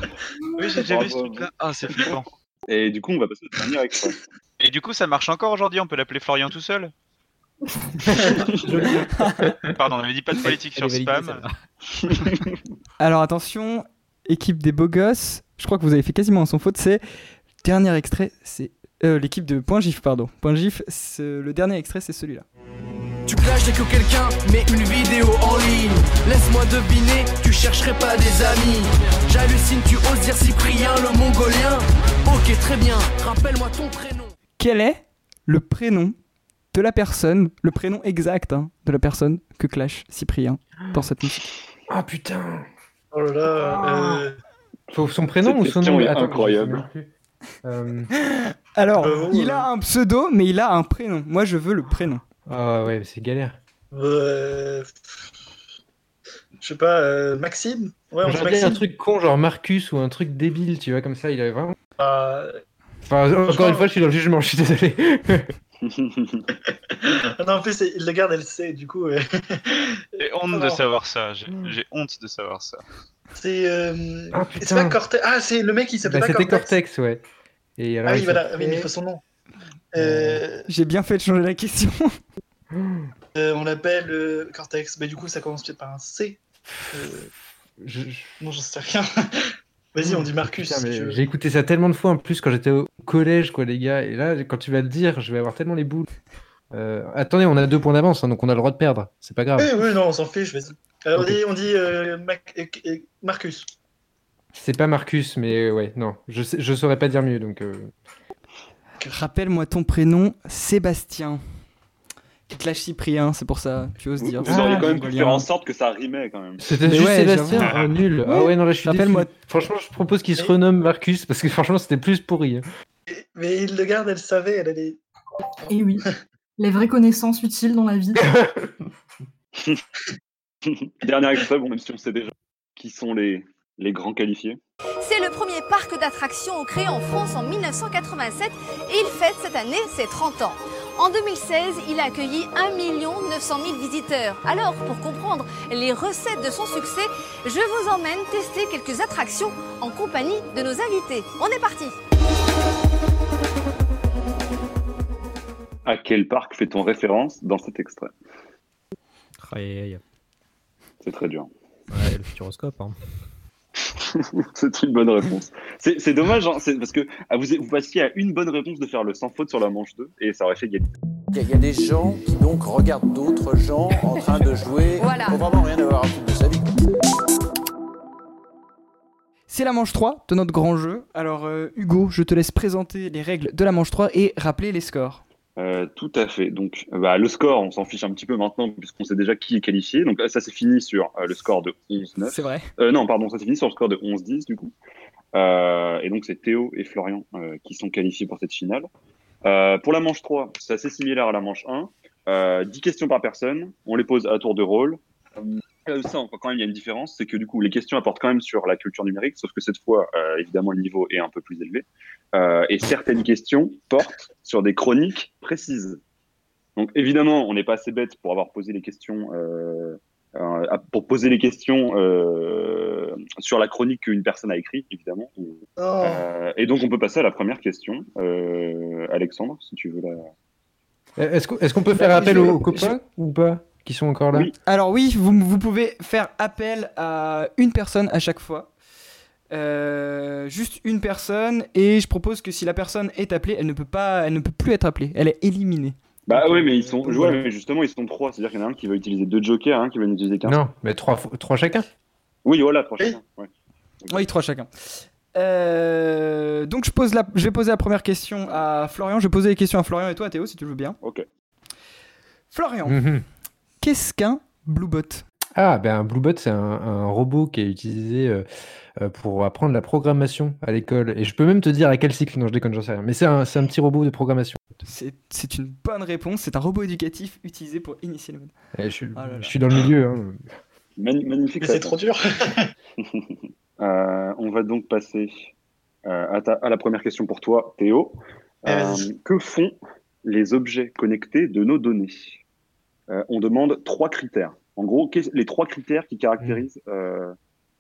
[SPEAKER 11] Oui, j'ai déjà vu ce truc-là. Ah, c'est flippant.
[SPEAKER 12] Et du coup, on va passer au dernier extrait.
[SPEAKER 11] Et du coup, ça marche encore aujourd'hui On peut l'appeler Florian tout seul Pardon, on avait dit pas de politique sur spam.
[SPEAKER 6] Alors attention, équipe des beaux gosses, je crois que vous avez fait quasiment sans faute, c'est dernier extrait, c'est euh, l'équipe de Point Gif, pardon. Point Gif, ce- le dernier extrait c'est celui-là.
[SPEAKER 21] Tu clashes que quelqu'un met une vidéo en ligne. Laisse-moi deviner, tu chercherais pas des amis. J'hallucine, tu oses dire Cyprien le mongolien. Ok, très bien, rappelle-moi ton prénom.
[SPEAKER 6] Quel est le prénom de la personne, le prénom exact hein, de la personne que clash Cyprien dans cette musique
[SPEAKER 8] Ah putain
[SPEAKER 7] Oh là là. euh,
[SPEAKER 8] Faut son prénom ou son
[SPEAKER 7] question
[SPEAKER 8] nom
[SPEAKER 7] est
[SPEAKER 8] Attends, je sais
[SPEAKER 7] incroyable.
[SPEAKER 8] même plus. Euh,
[SPEAKER 6] Alors,
[SPEAKER 7] Euh,
[SPEAKER 6] il a un pseudo, mais il a un prénom. Moi, je veux le prénom.
[SPEAKER 8] Ah ouais, mais c'est galère.
[SPEAKER 7] euh, je sais pas, euh, Maxime Ouais, on dit
[SPEAKER 8] J'aurais bien un
[SPEAKER 7] Maxime.
[SPEAKER 8] truc con, genre Marcus ou un truc débile, tu vois, comme ça, il avait vraiment.
[SPEAKER 7] Ah,
[SPEAKER 8] Enfin, encore
[SPEAKER 7] Franchement-
[SPEAKER 8] une fois, je suis dans le jugement, je suis désolé.
[SPEAKER 7] Ah non, en plus, il le garde, elle le sait, du coup. euh,
[SPEAKER 11] J'ai honte de
[SPEAKER 7] Alors.
[SPEAKER 11] savoir ça. J'ai j'ai honte de savoir ça.
[SPEAKER 7] c'est. euh,
[SPEAKER 8] Ah,
[SPEAKER 7] c'est
[SPEAKER 8] putain.
[SPEAKER 7] pas Cortex. Ah, c'est le mec qui s'appelle
[SPEAKER 8] Bah,
[SPEAKER 7] pas
[SPEAKER 8] C'était
[SPEAKER 7] Cortex.
[SPEAKER 8] Cortex, ouais. Et alors,
[SPEAKER 7] Ah oui,
[SPEAKER 8] il
[SPEAKER 7] voilà,
[SPEAKER 8] s'appelait-
[SPEAKER 7] ah oui, mais il faut son nom. Euh,
[SPEAKER 6] J'ai bien fait de changer la question.
[SPEAKER 7] euh, on l'appelle euh, Cortex, mais du coup, ça commence peut-être par un C. Euh, Non, j'en sais rien. Vas-y, on dit Marcus.
[SPEAKER 8] Putain,
[SPEAKER 7] si
[SPEAKER 8] mais
[SPEAKER 7] tu veux.
[SPEAKER 8] J'ai écouté ça tellement de fois en plus quand j'étais au collège, quoi, les gars. Et là, quand tu vas le dire, je vais avoir tellement les boules. Euh, attendez, on a deux points d'avance, hein, donc on a le droit de perdre. C'est pas grave.
[SPEAKER 7] Eh oui, non, on s'en fiche, vas-y. Alors,
[SPEAKER 8] Ok.
[SPEAKER 7] on dit, on dit euh, Mac- euh, euh, Marcus.
[SPEAKER 8] C'est pas Marcus, mais euh, ouais, non. Je, sais- je saurais pas dire mieux, donc. euh,
[SPEAKER 6] Rappelle-moi ton prénom, Sébastien. Qui clash Cyprien, c'est pour ça, tu oses dire.
[SPEAKER 12] Vous auriez quand même
[SPEAKER 6] Ah,
[SPEAKER 12] pu
[SPEAKER 6] Mongolien.
[SPEAKER 12] faire en sorte que ça rimait quand même.
[SPEAKER 8] C'était juste Sébastien, un nul. Ah ouais, non, là je suis déçu.
[SPEAKER 6] Rappelle-moi-
[SPEAKER 8] Franchement, je propose qu'il se renomme Marcus parce que franchement, c'était plus pourri. hein.
[SPEAKER 7] Mais il le garde, elle savait, elle allait.
[SPEAKER 10] Et oui, les vraies connaissances utiles dans la vie.
[SPEAKER 12] Dernier extrait, bon, même si on sait déjà qui sont les, les grands qualifiés.
[SPEAKER 22] C'est le premier parc d'attractions créé en France en 1987 et il fête cette année ses 30 ans. En 2016, il a accueilli 1 900 000 visiteurs. Alors, pour comprendre les recettes de son succès, je vous emmène tester quelques attractions en compagnie de nos invités. On est parti
[SPEAKER 12] À quel parc fait-on référence dans cet extrait
[SPEAKER 9] Aïe, aïe, aïe.
[SPEAKER 12] C'est très dur.
[SPEAKER 9] Ouais, le futuroscope. Hein.
[SPEAKER 12] c'est une bonne réponse. C'est c'est dommage, hein, c'est- parce que ah, vous, vous passiez à une bonne réponse de faire le sans faute sur la manche 2 et ça aurait fait gagner.
[SPEAKER 23] Il y, a- il y a des gens qui donc regardent d'autres gens en train de jouer.
[SPEAKER 22] Voilà.
[SPEAKER 23] qui n'ont vraiment rien à voir à foutre de sa vie.
[SPEAKER 6] C'est la manche 3 de notre grand jeu. Alors, euh, Hugo, je te laisse présenter les règles de la manche 3 et rappeler les scores.
[SPEAKER 12] Euh, tout à fait. Donc, euh, bah, le score, on s'en fiche un petit peu maintenant, puisqu'on sait déjà qui est qualifié. Donc, euh, ça s'est fini sur euh, le score de 11-9.
[SPEAKER 6] C'est vrai.
[SPEAKER 12] Euh, non, pardon, ça s'est fini sur le score de 11-10, du coup. Euh, et donc, c'est Théo et Florian euh, qui sont qualifiés pour cette finale. Euh, pour la manche 3, c'est assez similaire à la manche 1. Euh, 10 questions par personne. On les pose à tour de rôle. Euh, ça, encore, quand même, il y a une différence, c'est que du coup, les questions apportent quand même sur la culture numérique, sauf que cette fois, euh, évidemment, le niveau est un peu plus élevé. Euh, et certaines questions portent sur des chroniques précises. Donc, évidemment, on n'est pas assez bête pour avoir posé les questions, euh, euh, à- pour poser les questions euh, sur la chronique qu'une personne a écrite, évidemment. Euh, et donc, on peut passer à la première question. Euh, Alexandre, si tu veux la.
[SPEAKER 8] Euh, Est-ce qu'on est-ce
[SPEAKER 7] Bah,
[SPEAKER 8] qu'on peut faire appel aux, aux copains ou pas qui sont encore là
[SPEAKER 6] Alors oui, vous, vous pouvez faire appel à une personne à chaque fois. Euh, juste une personne et je propose que si la personne est appelée, elle ne peut pas, elle ne peut plus être appelée. Elle est éliminée.
[SPEAKER 12] Bah oui, mais ils sont. ouais, mais justement, ils sont trois. C'est-à-dire qu'il y en a un qui va utiliser deux jokers, un qui va en utiliser qu'un.
[SPEAKER 8] Non, mais trois, fo- trois chacun.
[SPEAKER 12] Oui, voilà, trois chacun. ouais.
[SPEAKER 6] Oui, trois chacun. Euh, donc je, pose la, je vais poser la première question à Florian. Je vais poser les questions à Florian et toi, Théo, si tu le veux bien.
[SPEAKER 12] Ok.
[SPEAKER 6] Florian,
[SPEAKER 8] Mhm.
[SPEAKER 6] qu'est-ce qu'un Bluebot
[SPEAKER 8] Ah, ben un Bluebot, c'est un, un robot qui est utilisé euh, euh, pour apprendre la programmation à l'école. Et je peux même te dire à quel cycle, non, je déconne, j'en sais rien. Mais c'est un, c'est un petit robot de programmation.
[SPEAKER 6] C'est c'est une bonne réponse. C'est un robot éducatif utilisé pour initier le mode.
[SPEAKER 8] Et je, suis-
[SPEAKER 6] Ah là là.
[SPEAKER 8] je suis dans le milieu. hein.
[SPEAKER 12] Magni- magnifique.
[SPEAKER 8] Mais c'est
[SPEAKER 12] réponse.
[SPEAKER 8] trop dur.
[SPEAKER 12] Euh, on va donc passer euh, à, ta- à la première question pour toi, Théo.
[SPEAKER 7] Eh,
[SPEAKER 12] Euh,
[SPEAKER 7] vas-y.
[SPEAKER 12] que font les objets connectés de nos données Euh, On demande trois critères. En gros, qu'est- les trois critères qui caractérisent euh,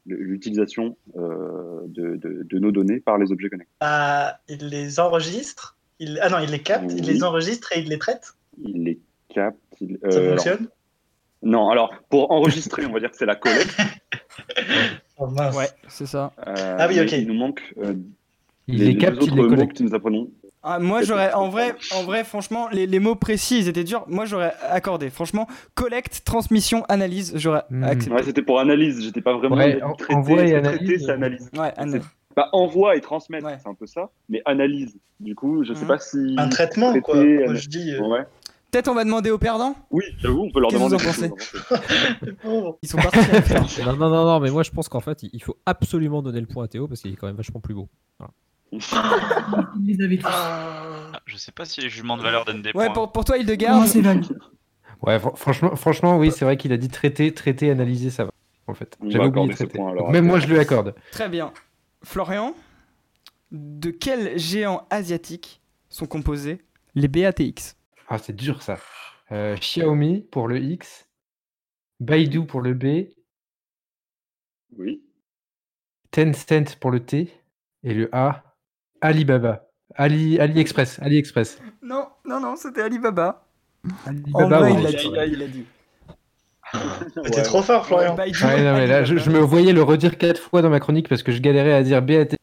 [SPEAKER 12] le- l'utilisation euh, de, de- de nos données par les objets connectés.
[SPEAKER 7] Ah, il les enregistre. Il... Ah non, il les capte, il
[SPEAKER 12] Oui.
[SPEAKER 7] les enregistre et il les traite.
[SPEAKER 12] Il les capte. il-
[SPEAKER 7] Ça
[SPEAKER 12] euh, alors-
[SPEAKER 7] fonctionne
[SPEAKER 12] Non, alors pour enregistrer, on va dire que c'est la collecte.
[SPEAKER 6] Ouais, c'est ça.
[SPEAKER 12] euh,
[SPEAKER 6] Ah oui,
[SPEAKER 12] mais
[SPEAKER 6] ok.
[SPEAKER 12] Il nous manque euh,
[SPEAKER 8] Il
[SPEAKER 12] les,
[SPEAKER 8] les
[SPEAKER 12] deux
[SPEAKER 8] capte, il
[SPEAKER 12] autres
[SPEAKER 8] les
[SPEAKER 12] mots
[SPEAKER 8] collecte.
[SPEAKER 12] que tu nous apprenons.
[SPEAKER 6] Ah, moi j'aurais en vrai, en vrai franchement les, les mots précis ils étaient durs. Moi j'aurais accordé franchement collecte, transmission, analyse j'aurais accepté.
[SPEAKER 12] Ouais, c'était pour analyse, j'étais pas vraiment
[SPEAKER 6] Ouais,
[SPEAKER 12] traité.
[SPEAKER 6] en-
[SPEAKER 12] traité,
[SPEAKER 6] envoi et
[SPEAKER 12] c'est
[SPEAKER 6] analyse.
[SPEAKER 12] traité, c'est analyse.
[SPEAKER 6] Ouais, analyse.
[SPEAKER 12] C'est Pas envoi et transmettre, c'est un peu ça, mais analyse. Du coup,
[SPEAKER 6] Mhm.
[SPEAKER 12] je sais pas si. Un traitement,
[SPEAKER 6] quoi. Moi,
[SPEAKER 12] je dis. euh, Ouais.
[SPEAKER 6] Peut-être on va demander aux perdants.
[SPEAKER 12] Oui, j'avoue, on peut leur
[SPEAKER 6] Qu'est-ce que vous
[SPEAKER 12] demander.
[SPEAKER 6] en
[SPEAKER 12] quelque chose,
[SPEAKER 6] pensez Ils sont partis.
[SPEAKER 9] non, non, non, non, mais moi je pense qu'en fait, il il faut absolument donner le point à Théo parce qu'il est quand même vachement plus beau. Voilà.
[SPEAKER 11] Je sais pas si je demande valeur donne des
[SPEAKER 6] Ouais
[SPEAKER 11] points.
[SPEAKER 6] pour, pour toi il de garde.
[SPEAKER 8] Ouais, fr- franchement, franchement, oui, c'est vrai qu'il a dit traiter, traiter, analyser, ça va. En fait,
[SPEAKER 12] On
[SPEAKER 8] j'avais
[SPEAKER 12] va
[SPEAKER 8] oublié
[SPEAKER 12] accorder ce
[SPEAKER 8] traiter.
[SPEAKER 12] point, alors,
[SPEAKER 8] Donc
[SPEAKER 12] à
[SPEAKER 8] Même
[SPEAKER 12] Pierre.
[SPEAKER 8] moi, je lui accorde.
[SPEAKER 6] Très bien. Florian, de quel géant asiatique sont composés les BATX
[SPEAKER 8] Ah, c'est dur ça. Euh, Xiaomi pour le X, Baidu pour le B,
[SPEAKER 12] Oui.
[SPEAKER 8] Tencent pour le T et le A, Alibaba. Ali, AliExpress, AliExpress.
[SPEAKER 6] Non, non, non, c'était Alibaba.
[SPEAKER 8] Alibaba,
[SPEAKER 6] en vrai,
[SPEAKER 8] ouais.
[SPEAKER 6] il l'a dit. il l'a dit.
[SPEAKER 7] T'es trop fort, Florian.
[SPEAKER 12] bah,
[SPEAKER 8] Ah Ouais, non, mais là, je, je me voyais le redire quatre fois dans ma chronique parce que je galérais à dire BAT,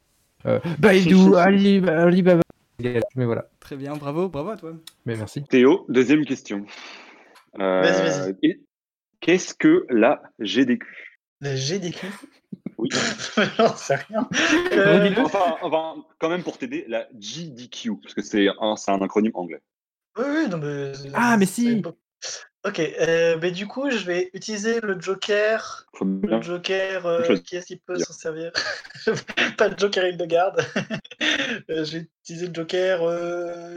[SPEAKER 8] euh, Baidu, Ali- Alibaba. Mais voilà.
[SPEAKER 6] Très bien, bravo, bravo à toi.
[SPEAKER 8] Mais merci.
[SPEAKER 12] Théo, deuxième question. Euh,
[SPEAKER 6] Vas-y, vas-y.
[SPEAKER 12] et- Qu'est-ce que la GDQ
[SPEAKER 7] Le GDQ
[SPEAKER 12] Oui.
[SPEAKER 7] J'en sais rien.
[SPEAKER 12] Euh, enfin, enfin, quand même pour t'aider, la GDQ, parce que c'est un, c'est un acronyme anglais.
[SPEAKER 7] Oui, oui, non, mais.
[SPEAKER 8] Ah, mais si
[SPEAKER 7] Ok, euh, mais du coup, je vais utiliser le Joker.
[SPEAKER 12] Faut
[SPEAKER 7] Le
[SPEAKER 12] bien-
[SPEAKER 7] Joker, euh,
[SPEAKER 12] Chose.
[SPEAKER 7] qui est-ce qui peut s'en servir Pas de Joker, il de garde. Euh, je vais utiliser le Joker euh,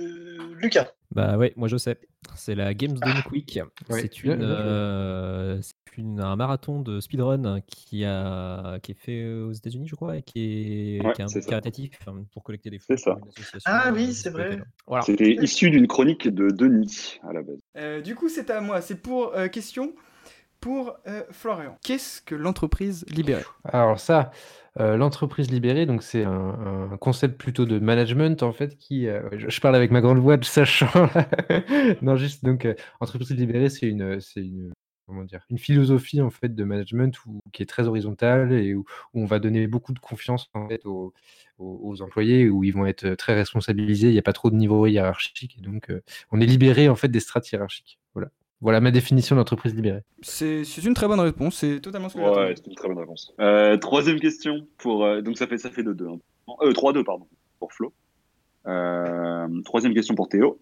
[SPEAKER 7] Lucas.
[SPEAKER 9] Bah ouais, moi je sais. C'est la Games Done Quick.
[SPEAKER 8] Ouais,
[SPEAKER 9] c'est
[SPEAKER 8] bien-
[SPEAKER 9] une,
[SPEAKER 8] bien joué.
[SPEAKER 9] euh, c'est une- un marathon de speedrun qui, a, qui est fait aux États-Unis, je crois, et qui est,
[SPEAKER 12] Ouais,
[SPEAKER 9] qui est un
[SPEAKER 12] c'est ça.
[SPEAKER 9] caritatif hein, pour collecter des fonds.
[SPEAKER 12] C'est ça.
[SPEAKER 9] pour une association.
[SPEAKER 7] Ah oui, c'est vrai.
[SPEAKER 9] Voilà.
[SPEAKER 12] C'était issu d'une chronique de Denis à la base.
[SPEAKER 6] Euh, du coup, c'est à moi. C'est pour euh, question pour euh, Florian. Qu'est-ce que l'entreprise libérée
[SPEAKER 8] Alors ça, euh, l'entreprise libérée, donc c'est un, un concept plutôt de management en fait qui, euh, je, je parle avec ma grande voix, de sachant. non juste donc euh, entreprise libérée, c'est une, c'est une comment dire, une philosophie en fait de management où- qui est très horizontale et où, où on va donner beaucoup de confiance en fait aux, aux- aux employés où ils vont être très responsabilisés. Il n'y a pas trop de niveau hiérarchique et donc euh, on est libéré en fait des strates hiérarchiques. Voilà, voilà ma définition d'entreprise libérée.
[SPEAKER 6] C'est c'est une très bonne réponse. C'est totalement ce que j'attendais.
[SPEAKER 12] Ouais, c'est une très bonne réponse. Euh, troisième question pour euh, donc ça fait ça fait 2 2 euh, 3 2 pardon pour Flo. Euh, troisième question pour Théo.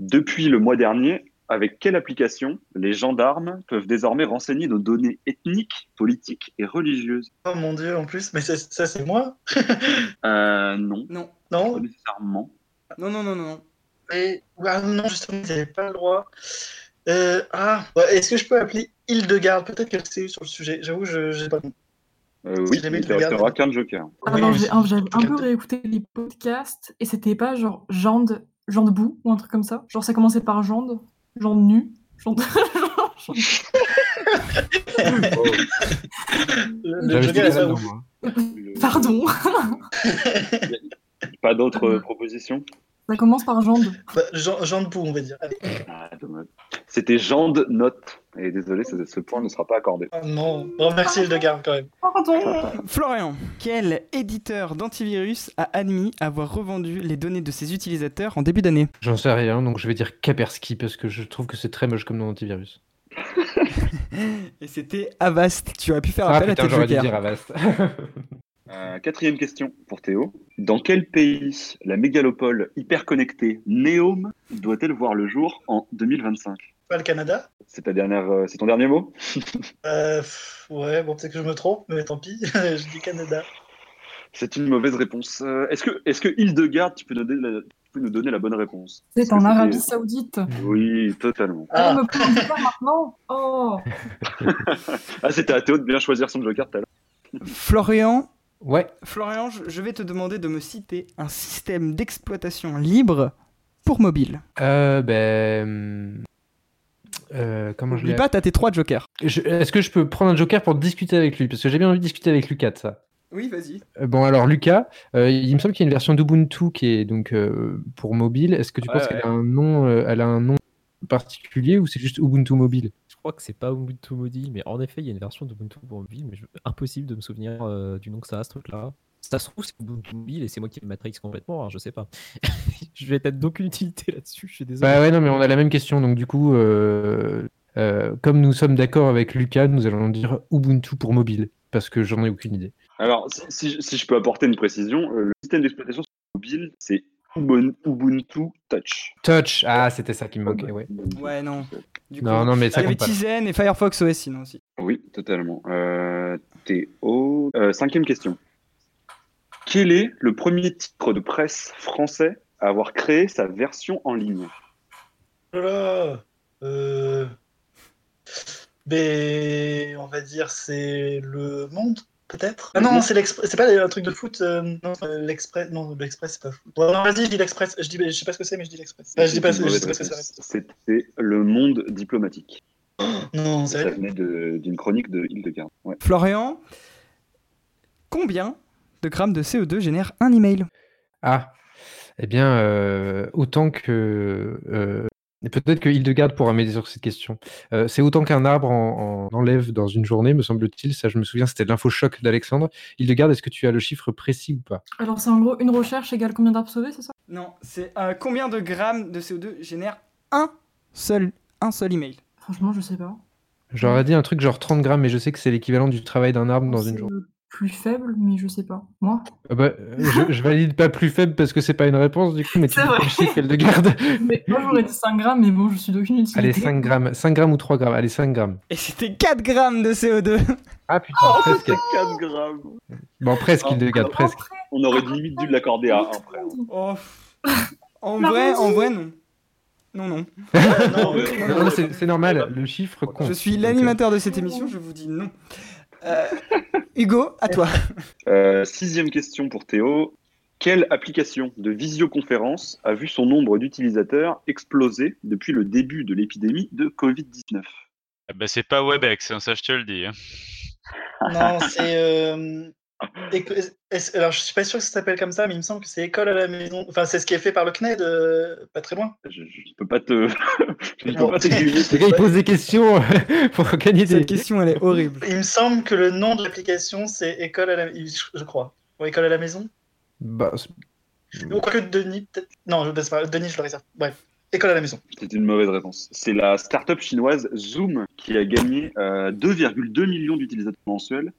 [SPEAKER 12] Depuis le mois dernier, avec quelle application les gendarmes peuvent désormais renseigner nos données ethniques, politiques et religieuses
[SPEAKER 7] Oh mon dieu, en plus, mais c'est- ça, c'est moi
[SPEAKER 12] euh, Non.
[SPEAKER 6] Non.
[SPEAKER 7] Non
[SPEAKER 12] Pas nécessairement.
[SPEAKER 6] Non, non, non, non, non.
[SPEAKER 7] Mais, ah non, justement, vous n'avez pas le droit. Euh, ah, ouais, est-ce que je peux appeler Hildegarde Peut-être qu'elle s'est eu sur le sujet. J'avoue, je j'ai pas.
[SPEAKER 12] Euh, oui,
[SPEAKER 7] Je l'ai mis,
[SPEAKER 12] il
[SPEAKER 7] je
[SPEAKER 12] te
[SPEAKER 7] le garde.
[SPEAKER 12] restera qu'un joker.
[SPEAKER 10] Ah non, j'ai- alors, J'avais un peu réécouté les podcasts et c'était pas genre jande, jande boue ou un truc comme ça. Genre ça commençait par jande, jande nue, jande. jande-
[SPEAKER 12] Oh,
[SPEAKER 7] Le,
[SPEAKER 12] J'avais
[SPEAKER 7] Joker
[SPEAKER 12] dit
[SPEAKER 7] est pas
[SPEAKER 12] ça,
[SPEAKER 7] ouf.
[SPEAKER 8] hein.
[SPEAKER 12] moi.
[SPEAKER 10] Pardon
[SPEAKER 12] Pas d'autres euh, propositions
[SPEAKER 10] Ça commence par jande.
[SPEAKER 7] Bah, Jean, Jean de Pou, on va dire. Allez.
[SPEAKER 12] Ah, dommage. C'était Jean de Note. Et désolé, ce, ce point ne sera pas accordé.
[SPEAKER 7] Ah non, bon, merci Hildegard quand même.
[SPEAKER 6] Florian, quel éditeur d'antivirus a admis avoir revendu les données de ses utilisateurs en début d'année
[SPEAKER 8] J'en sais rien, donc je vais dire Kaspersky parce que je trouve que c'est très moche comme nom d'antivirus.
[SPEAKER 6] Et c'était Avast. Tu aurais pu faire
[SPEAKER 8] Ah,
[SPEAKER 6] appel
[SPEAKER 8] putain,
[SPEAKER 6] à tes
[SPEAKER 8] j'aurais dû
[SPEAKER 6] jokers.
[SPEAKER 8] dire Avast.
[SPEAKER 12] Euh, quatrième question pour Théo. Dans quel pays la mégalopole hyperconnectée Neom doit-elle voir le jour en 2025
[SPEAKER 7] Pas le Canada
[SPEAKER 12] C'est ta dernière, euh, c'est ton dernier mot
[SPEAKER 7] Euh, pff, Ouais, bon, peut-être que je me trompe, mais tant pis, je dis Canada.
[SPEAKER 12] C'est une mauvaise réponse. Euh, est-ce que, est-ce que Hildegard, tu peux, donner la- tu peux nous donner la bonne réponse
[SPEAKER 10] C'est en Arabie Saoudite.
[SPEAKER 12] Oui, totalement.
[SPEAKER 10] Ah. me prends pas maintenant Oh
[SPEAKER 12] ah, c'était à Théo de bien choisir son joker tout à l'heure.
[SPEAKER 6] Florian
[SPEAKER 8] Ouais.
[SPEAKER 6] Florian, je je vais te demander de me citer un système d'exploitation libre pour mobile.
[SPEAKER 8] Euh, ben. euh, comment je
[SPEAKER 6] N'oublie
[SPEAKER 8] l'ai.
[SPEAKER 6] pas, t'as tes trois jokers.
[SPEAKER 8] Je- Est-ce que je peux prendre un joker pour discuter avec lui Parce que j'ai bien envie de discuter avec Lucas de ça.
[SPEAKER 6] Oui, vas-y.
[SPEAKER 8] Euh, Bon, alors Lucas, euh, il me semble qu'il y a une version d'Ubuntu qui est donc euh, pour mobile. Est-ce que tu
[SPEAKER 9] Ouais,
[SPEAKER 8] penses
[SPEAKER 9] ouais.
[SPEAKER 8] qu'elle a un nom, euh, elle a un nom particulier ou c'est juste Ubuntu mobile
[SPEAKER 9] Je crois que c'est pas Ubuntu Mobile, mais en effet, il y a une version d'Ubuntu pour mobile, mais je- impossible de me souvenir euh, du nom que ça a ce truc-là. Ça se trouve, c'est Ubuntu Mobile et c'est moi qui me matrix complètement, hein, je sais pas. je vais être d'aucune utilité là-dessus, je suis désolé.
[SPEAKER 8] Bah ouais, non, mais on a la même question. Donc du coup, euh, euh, comme nous sommes d'accord avec Lucas, nous allons dire Ubuntu pour mobile parce que j'en ai aucune idée.
[SPEAKER 12] Alors, si, si je- si je peux apporter une précision, euh, le système d'exploitation sur mobile, c'est Ubun- Ubuntu Touch.
[SPEAKER 8] Touch, ah, c'était ça qui me manquait, ouais.
[SPEAKER 6] Ouais, non. Du
[SPEAKER 8] Non, non, mais ça
[SPEAKER 6] Il y avait
[SPEAKER 8] compte pas.
[SPEAKER 6] Tizen et Firefox OS sinon aussi.
[SPEAKER 12] Oui, totalement. Euh, Théo. euh, cinquième question. Quel est le premier titre de presse français à avoir créé sa version en ligne
[SPEAKER 7] Oh là là, euh... Mais on va dire c'est le monde, peut-être Ah non, c'est l'Express, c'est pas un truc de foot, euh, non, euh, l'Express, non, l'Express c'est pas foot. Bon, non, vas-y, je dis l'Express, je, dis, je sais pas ce que c'est, mais je dis l'Express. Ah, je dis pas,
[SPEAKER 12] C'est
[SPEAKER 7] je
[SPEAKER 12] une
[SPEAKER 7] sais pas
[SPEAKER 12] mauvaise
[SPEAKER 7] ce que ça
[SPEAKER 12] réponse. C'était le monde diplomatique.
[SPEAKER 7] Non,
[SPEAKER 12] ça venait de- d'une chronique de Hildegard. Ouais.
[SPEAKER 6] Florian, combien de grammes de CO2 génère un email
[SPEAKER 8] Ah, eh bien, euh, autant que. euh, et Peut-être que Hildegard pourra m'aider sur cette question. Euh, c'est autant qu'un arbre en, en enlève dans une journée, me semble-t-il. Ça, je me souviens, c'était de l'infochoc d'Alexandre. Hildegard, est-ce que tu as le chiffre précis ou pas
[SPEAKER 10] Alors c'est en gros une recherche égale combien d'arbres sauvés, c'est ça
[SPEAKER 6] Non, c'est euh, combien de grammes de CO2 génère un seul, un seul email
[SPEAKER 10] Franchement, je sais pas.
[SPEAKER 8] J'aurais dit un truc genre 30 grammes, mais je sais que c'est l'équivalent du travail d'un arbre dans une
[SPEAKER 10] C'est
[SPEAKER 8] journée.
[SPEAKER 10] le Plus faible, mais je sais pas. Moi
[SPEAKER 8] Ah bah, euh, je, je valide pas plus faible parce que c'est pas une réponse, du coup, mais tu
[SPEAKER 10] C'est
[SPEAKER 8] dis pas
[SPEAKER 10] vrai.
[SPEAKER 8] le chiffre Hildegard.
[SPEAKER 10] Mais moi j'aurais dit 5 grammes, mais bon, je suis d'aucune utilité. Oh,
[SPEAKER 8] Allez, 5 grammes. 5 grammes ou 3 grammes Allez, 5 grammes.
[SPEAKER 6] Et c'était 4 grammes de CO2
[SPEAKER 8] Ah putain,
[SPEAKER 12] Oh,
[SPEAKER 8] presque.
[SPEAKER 12] 4 grammes.
[SPEAKER 8] Bon, presque,
[SPEAKER 12] Oh.
[SPEAKER 8] Hildegard, presque.
[SPEAKER 12] On aurait limite dû l'accorder à un frère.
[SPEAKER 6] Oh. En
[SPEAKER 12] La
[SPEAKER 6] vrai, en
[SPEAKER 12] raison.
[SPEAKER 6] vrai, non. Non, non.
[SPEAKER 8] Non, non, c'est c'est normal, le chiffre compte.
[SPEAKER 6] Je suis l'animateur de cette émission, je vous dis non. Euh, Hugo, à toi.
[SPEAKER 12] Euh, sixième question pour Théo. Quelle application de visioconférence a vu son nombre d'utilisateurs exploser depuis le début de l'épidémie de Covid-19
[SPEAKER 11] Ah bah, c'est pas Webex, hein, ça je te le dis. hein.
[SPEAKER 7] Non, c'est. euh, éco- est-ce- Alors, je suis pas sûr que ça s'appelle comme ça, mais il me semble que c'est école à la maison. Enfin, c'est ce qui est fait par le CNED, euh, pas très loin.
[SPEAKER 12] Je peux pas te. je ne peux pas t'aiguiller.
[SPEAKER 8] euh, Le gars, il pose des questions pour gagner des.
[SPEAKER 6] Cette question, elle est horrible.
[SPEAKER 7] Il me semble que le nom de l'application, c'est école à la maison. Je crois. Ou école à la maison
[SPEAKER 8] Bah, c'est-
[SPEAKER 7] Ou quoique Denis, peut-être. Non, je ne pas. Denis, je le réserve. Bref. École à la maison.
[SPEAKER 12] C'est une mauvaise réponse. C'est la start-up chinoise Zoom qui a gagné euh, 2,2 millions d'utilisateurs mensuels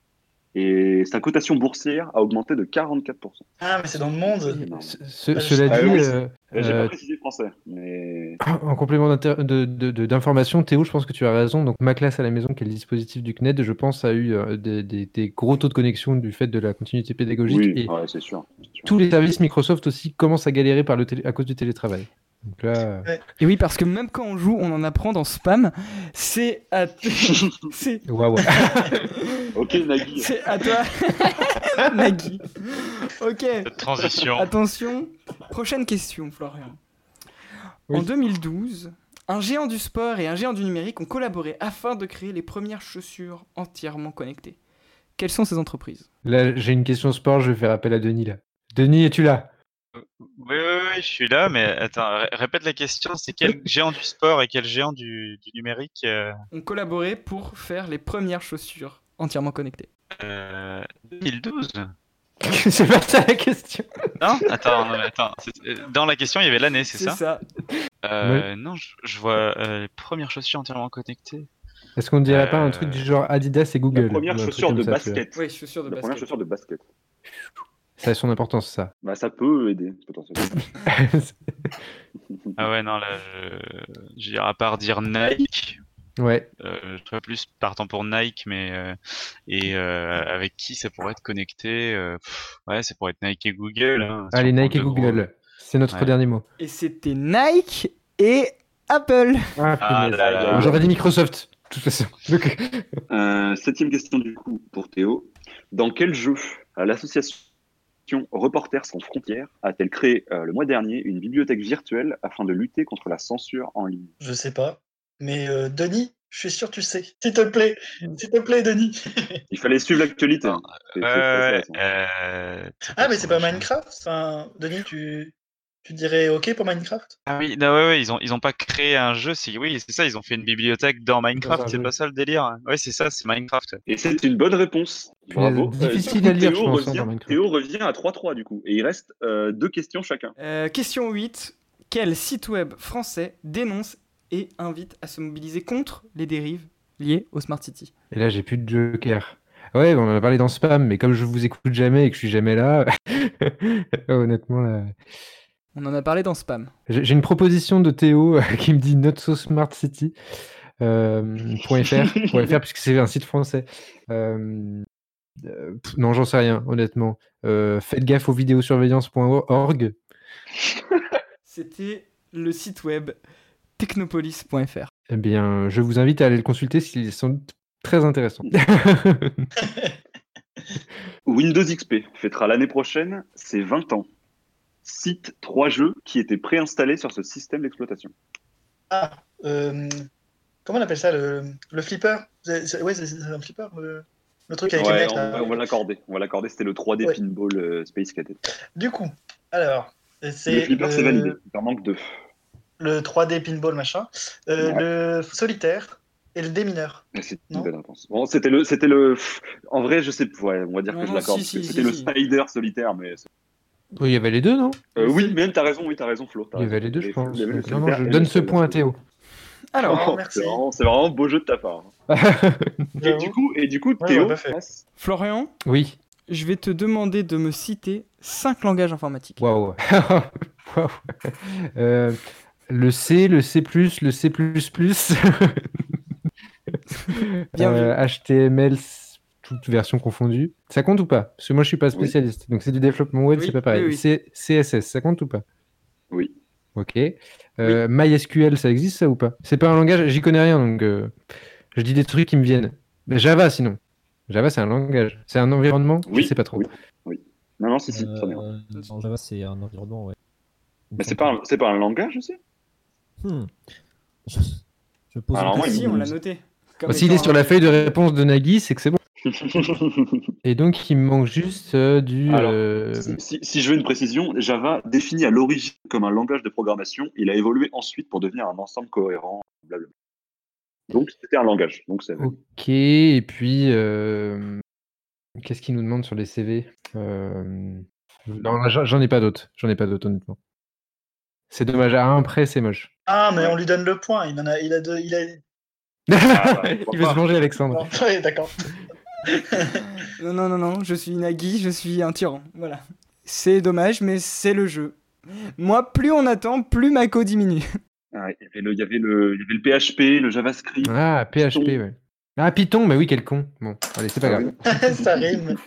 [SPEAKER 12] et sa cotation boursière a augmenté de 44%.
[SPEAKER 7] Ah, mais c'est dans le monde.
[SPEAKER 8] ce- cela
[SPEAKER 12] Euh, Ah
[SPEAKER 8] dit,
[SPEAKER 12] oui, c'est-
[SPEAKER 8] euh,
[SPEAKER 12] J'ai
[SPEAKER 8] euh,
[SPEAKER 12] pas précisé français, mais
[SPEAKER 8] En complément d'inter- de- de- de- d'information, Théo, je pense que tu as raison. Donc, ma classe à la maison, qui est le dispositif du CNED, je pense, a eu euh, des, des- des gros taux de connexion du fait de la continuité pédagogique.
[SPEAKER 12] oui,
[SPEAKER 8] et
[SPEAKER 12] ouais, c'est sûr.
[SPEAKER 8] tous les services Microsoft aussi commencent à galérer par le télé- à cause du télétravail. Donc là,
[SPEAKER 6] Et oui, parce que même quand on joue, on en apprend dans spam. C'est à, c'est
[SPEAKER 8] euh, waouh.
[SPEAKER 12] Ok, Nagui.
[SPEAKER 6] c'est à toi, Nagui. Ok.
[SPEAKER 11] transition.
[SPEAKER 6] Attention. Prochaine question, Florian. En 2012, un géant du sport et un géant du numérique ont collaboré afin de créer les premières chaussures entièrement connectées. Quelles sont ces entreprises
[SPEAKER 8] Là, j'ai une question sport, je vais faire appel à Denis là. Denis, es-tu là
[SPEAKER 11] Oui, oui, oui, je suis là, mais attends, ré- répète la question. C'est quel géant du sport et quel géant du, du numérique euh,
[SPEAKER 6] ont collaboré pour faire les premières chaussures entièrement connectées.
[SPEAKER 11] euh, 2012
[SPEAKER 6] C'est pas ça la question.
[SPEAKER 11] Non Attends, non, mais attends. c'est- euh, Dans la question, il y avait l'année, c'est
[SPEAKER 6] C'est
[SPEAKER 11] ça
[SPEAKER 6] ça.
[SPEAKER 11] Euh, Non, je, je vois euh, les premières chaussures entièrement connectées.
[SPEAKER 8] Est-ce qu'on dirait pas un truc du genre Adidas et Google
[SPEAKER 12] Euh, La première
[SPEAKER 8] ou un truc
[SPEAKER 12] chaussure
[SPEAKER 8] comme
[SPEAKER 12] de
[SPEAKER 8] ça, tu vois.
[SPEAKER 12] basket.
[SPEAKER 6] Oui, chaussure de
[SPEAKER 12] La première
[SPEAKER 6] basket.
[SPEAKER 12] chaussure de basket.
[SPEAKER 8] Ça a son importance, ça.
[SPEAKER 12] Bah, ça peut aider, potentiellement.
[SPEAKER 11] Ah ouais, non, là, je... je dirais, à part dire Nike.
[SPEAKER 8] Ouais.
[SPEAKER 11] euh, je serais plus partant pour Nike, mais euh, et euh, avec qui ça pourrait être connecté euh, pff, Ouais, ça pourrait être Nike et Google. hein, si
[SPEAKER 8] Allez,
[SPEAKER 11] on
[SPEAKER 8] Nike et
[SPEAKER 11] prend deux gros.
[SPEAKER 8] Google. C'est notre
[SPEAKER 11] Ouais.
[SPEAKER 8] dernier mot.
[SPEAKER 6] Et c'était Nike et Apple.
[SPEAKER 11] Ah là là.
[SPEAKER 8] Euh, J'aurais dit Microsoft, de toute façon. Donc,
[SPEAKER 12] Euh, septième question du coup pour Théo. Dans quel jeu euh, l'association Reporters sans frontières a-t-elle créé euh, le mois dernier une bibliothèque virtuelle afin de lutter contre la censure en ligne
[SPEAKER 7] Je sais pas. Mais euh, Denis, je suis sûr que tu sais. S'il te plaît, s'il te plaît, Denis.
[SPEAKER 12] Il fallait suivre l'actualité. hein. C'est-
[SPEAKER 11] Ouais,
[SPEAKER 12] c'est- c'est
[SPEAKER 11] ouais,
[SPEAKER 12] intéressant.
[SPEAKER 11] euh,
[SPEAKER 7] Ah, mais c'est pas
[SPEAKER 12] hein.
[SPEAKER 7] Minecraft enfin, Denis, tu... tu dirais OK pour Minecraft
[SPEAKER 11] Ah oui, non, ouais, ouais, ils ont ils ont pas créé un jeu, c'est oui, c'est ça, ils ont fait une bibliothèque dans Minecraft,
[SPEAKER 12] un
[SPEAKER 11] c'est
[SPEAKER 12] jeu.
[SPEAKER 11] pas ça le délire. hein. Ouais, c'est ça, c'est Minecraft. ouais.
[SPEAKER 12] Et c'est une bonne réponse.
[SPEAKER 11] Punaise,
[SPEAKER 12] Bravo. Euh,
[SPEAKER 11] difficile à lire,
[SPEAKER 12] Théo,
[SPEAKER 11] je pense, hein,
[SPEAKER 12] revient,
[SPEAKER 11] dans Minecraft.
[SPEAKER 12] Théo revient à 3-3 du coup. Et il reste euh, deux questions chacun.
[SPEAKER 6] Euh, question 8. Quel site web français dénonce et invite à se mobiliser contre les dérives liées au Smart City
[SPEAKER 8] Et là, j'ai plus de joker. Ouais, on en a parlé dans Spam, mais comme je vous écoute jamais et que je suis jamais là, honnêtement, là,
[SPEAKER 6] On en a parlé dans Spam.
[SPEAKER 8] j'ai j'ai une proposition de Théo euh, qui me dit not so smart city. euh, point .fr, point .fr, puisque c'est un site français. Euh, euh, pff, non, j'en sais rien, honnêtement. Euh, faites gaffe aux vidéosurveillance.org.
[SPEAKER 6] C'était le site web technopolis.fr.
[SPEAKER 8] Eh bien, je vous invite à aller le consulter s'il est sans doute très intéressant.
[SPEAKER 12] Windows XP fêtera l'année prochaine ses 20 ans. Cite trois jeux qui étaient préinstallés sur ce système d'exploitation.
[SPEAKER 7] Ah, euh, comment on appelle ça le, le flipper C'est- c'est- Ouais, c'est c'est un flipper, le, le truc avec
[SPEAKER 12] Ouais,
[SPEAKER 7] les mecs.
[SPEAKER 12] on,
[SPEAKER 7] là.
[SPEAKER 12] va- on va l'accorder. On va l'accorder. C'était le 3D
[SPEAKER 7] hein. Ouais.
[SPEAKER 12] Pinball euh, Space Cadet.
[SPEAKER 7] Du coup, alors,
[SPEAKER 12] Le
[SPEAKER 7] c'est
[SPEAKER 12] flipper, c'est validé.
[SPEAKER 7] le,
[SPEAKER 12] Il en manque deux.
[SPEAKER 7] le 3D pinball machin, euh, le solitaire et le démineur.
[SPEAKER 12] Mais Ah, C'est une belle réponse. Bon, c'était le, c'était le. pff, En vrai, je sais. Ouais, on va dire
[SPEAKER 7] Non,
[SPEAKER 12] que je
[SPEAKER 7] non,
[SPEAKER 12] l'accorde.
[SPEAKER 7] si,
[SPEAKER 12] parce
[SPEAKER 7] si,
[SPEAKER 12] que c'était
[SPEAKER 7] si,
[SPEAKER 12] le
[SPEAKER 7] si.
[SPEAKER 12] Snyder solitaire, mais. c'est-
[SPEAKER 8] Oui, il y avait les deux, non
[SPEAKER 12] Euh, oui, même t'as raison. Oui, t'as raison, Flo. t'as
[SPEAKER 8] Il y
[SPEAKER 12] raison.
[SPEAKER 8] avait les deux, je
[SPEAKER 12] Mais
[SPEAKER 8] pense.
[SPEAKER 12] il y avait le
[SPEAKER 8] Non, non,
[SPEAKER 12] solitaire
[SPEAKER 8] je
[SPEAKER 12] et le
[SPEAKER 8] donne ce
[SPEAKER 12] solitaire.
[SPEAKER 8] point à Théo.
[SPEAKER 6] Alors,
[SPEAKER 12] Oh, c'est vraiment, c'est vraiment beau jeu de ta part. et du coup, et du coup,
[SPEAKER 6] on
[SPEAKER 12] Théo.
[SPEAKER 6] l'a pas fait.
[SPEAKER 12] passe.
[SPEAKER 6] Florian,
[SPEAKER 8] Oui.
[SPEAKER 6] je vais te demander de me citer 5 langages informatiques.
[SPEAKER 8] Waouh. Waouh. Euh, le C, le C++, le C++.
[SPEAKER 6] Bien vu.
[SPEAKER 8] Euh, HTML, toutes versions confondues. Ça compte ou pas Parce que moi, je suis pas spécialiste. Donc, c'est du développement web,
[SPEAKER 6] Oui,
[SPEAKER 8] c'est pas pareil.
[SPEAKER 6] oui, oui.
[SPEAKER 8] C'est CSS, ça compte ou pas
[SPEAKER 12] Oui.
[SPEAKER 8] Ok. Euh, MySQL, ça existe ça ou pas C'est pas un langage, j'y connais rien, donc euh, je dis des trucs qui me viennent. Mais Java, sinon. Java, c'est un langage. C'est un environnement Je sais pas trop.
[SPEAKER 12] Oui. Non, non, si, si. très bien.
[SPEAKER 9] En Euh, Java, c'est un environnement, ouais.
[SPEAKER 12] Mais c'est pas, un- c'est pas un langage aussi.
[SPEAKER 9] Hmm. Je, je pose
[SPEAKER 12] Alors,
[SPEAKER 6] Ah,
[SPEAKER 9] une
[SPEAKER 12] moi, il
[SPEAKER 9] question.
[SPEAKER 12] me-
[SPEAKER 6] noté. euh,
[SPEAKER 8] Bah, S'il est sur la feuille de réponse de Nagui, c'est que c'est bon. Et donc, il me manque juste euh, du.
[SPEAKER 12] Alors,
[SPEAKER 8] euh,
[SPEAKER 12] si, si- si je veux une précision, Java, défini à l'origine comme un langage de programmation, il a évolué ensuite pour devenir un ensemble cohérent, blablabla. Donc, c'était un langage. Donc, c'est...
[SPEAKER 8] Ok, et puis. euh, Qu'est-ce qu'il nous demande sur les CV Euh, Non, là, j'en j'en ai pas d'autres. J'en ai pas d'autres, honnêtement. C'est dommage. À un près, c'est moche.
[SPEAKER 7] Ah, mais on lui donne le point. Il en a, il a deux, il a.
[SPEAKER 8] il veut se manger, Alexandre.
[SPEAKER 7] Ouais, d'accord.
[SPEAKER 6] Non, non, non, non, je suis Nagui, je suis un tyran. Voilà. C'est dommage, mais c'est le jeu. Moi, plus on attend, plus ma co diminue.
[SPEAKER 12] Ah, il, y avait le, il y avait le- il y avait le PHP, le JavaScript.
[SPEAKER 8] Ah, PHP, ouais. Ah, Python, mais oui, quel con. Bon, allez, c'est pas grave.
[SPEAKER 7] ça rime.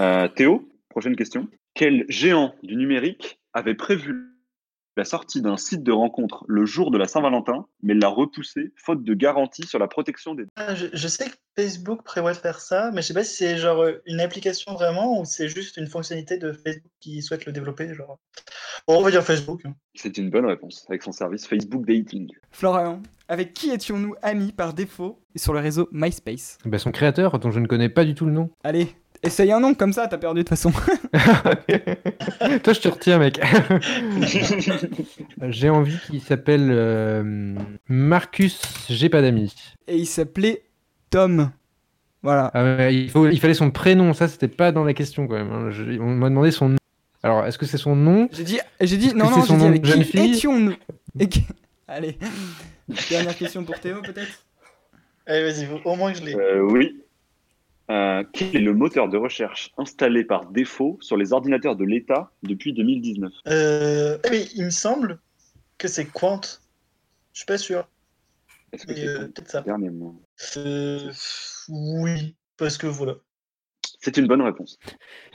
[SPEAKER 12] Euh, Théo, prochaine question. Quel géant du numérique avait prévu la sortie d'un site de rencontre le jour de la Saint-Valentin, mais l'a repoussé faute de garantie sur la protection des
[SPEAKER 7] Ah, Je, je sais que Facebook prévoit de faire ça, mais je sais pas si c'est genre euh, une application vraiment ou c'est juste une fonctionnalité de Facebook qui souhaite le développer. Genre. Bon, on va dire Facebook. hein.
[SPEAKER 12] C'est une bonne réponse avec son service Facebook Dating.
[SPEAKER 6] Florian, avec qui étions-nous amis par défaut sur le réseau MySpace
[SPEAKER 8] Bah, son créateur, dont je ne connais pas du tout le nom.
[SPEAKER 6] Allez, Essaye un nom comme ça, t'as perdu de toute façon.
[SPEAKER 8] Toi, je te retiens, mec. J'ai envie qu'il s'appelle euh, Marcus. J'ai pas d'amis.
[SPEAKER 6] Et il s'appelait Tom. Voilà.
[SPEAKER 8] Ah ouais, il, faut- il fallait son prénom. Ça, c'était pas dans la question quand même. hein. Je- on m'a demandé son nom. Alors, est-ce que c'est son nom
[SPEAKER 6] J'ai dit, j'ai dit
[SPEAKER 8] Est-ce
[SPEAKER 6] non,
[SPEAKER 8] que
[SPEAKER 6] non,
[SPEAKER 8] c'est
[SPEAKER 6] j'ai
[SPEAKER 8] son
[SPEAKER 6] dit
[SPEAKER 8] nom
[SPEAKER 6] avec
[SPEAKER 8] de jeune
[SPEAKER 6] qui
[SPEAKER 8] fille
[SPEAKER 6] étions-nous Et qui- Allez, dernière question pour Théo peut-être
[SPEAKER 7] Allez, vas-y, au moins que je l'ai.
[SPEAKER 12] Euh, oui. Euh, quel est le moteur de recherche installé par défaut sur les ordinateurs de l'État depuis 2019
[SPEAKER 7] Euh, eh oui, il me semble que c'est Quant. Je suis pas sûr.
[SPEAKER 12] Est-ce que
[SPEAKER 7] Mais,
[SPEAKER 12] c'est
[SPEAKER 7] euh,
[SPEAKER 12] ton
[SPEAKER 7] peut-être ça.
[SPEAKER 12] dernier mot
[SPEAKER 7] Euh, oui, parce que voilà.
[SPEAKER 12] C'est une bonne réponse.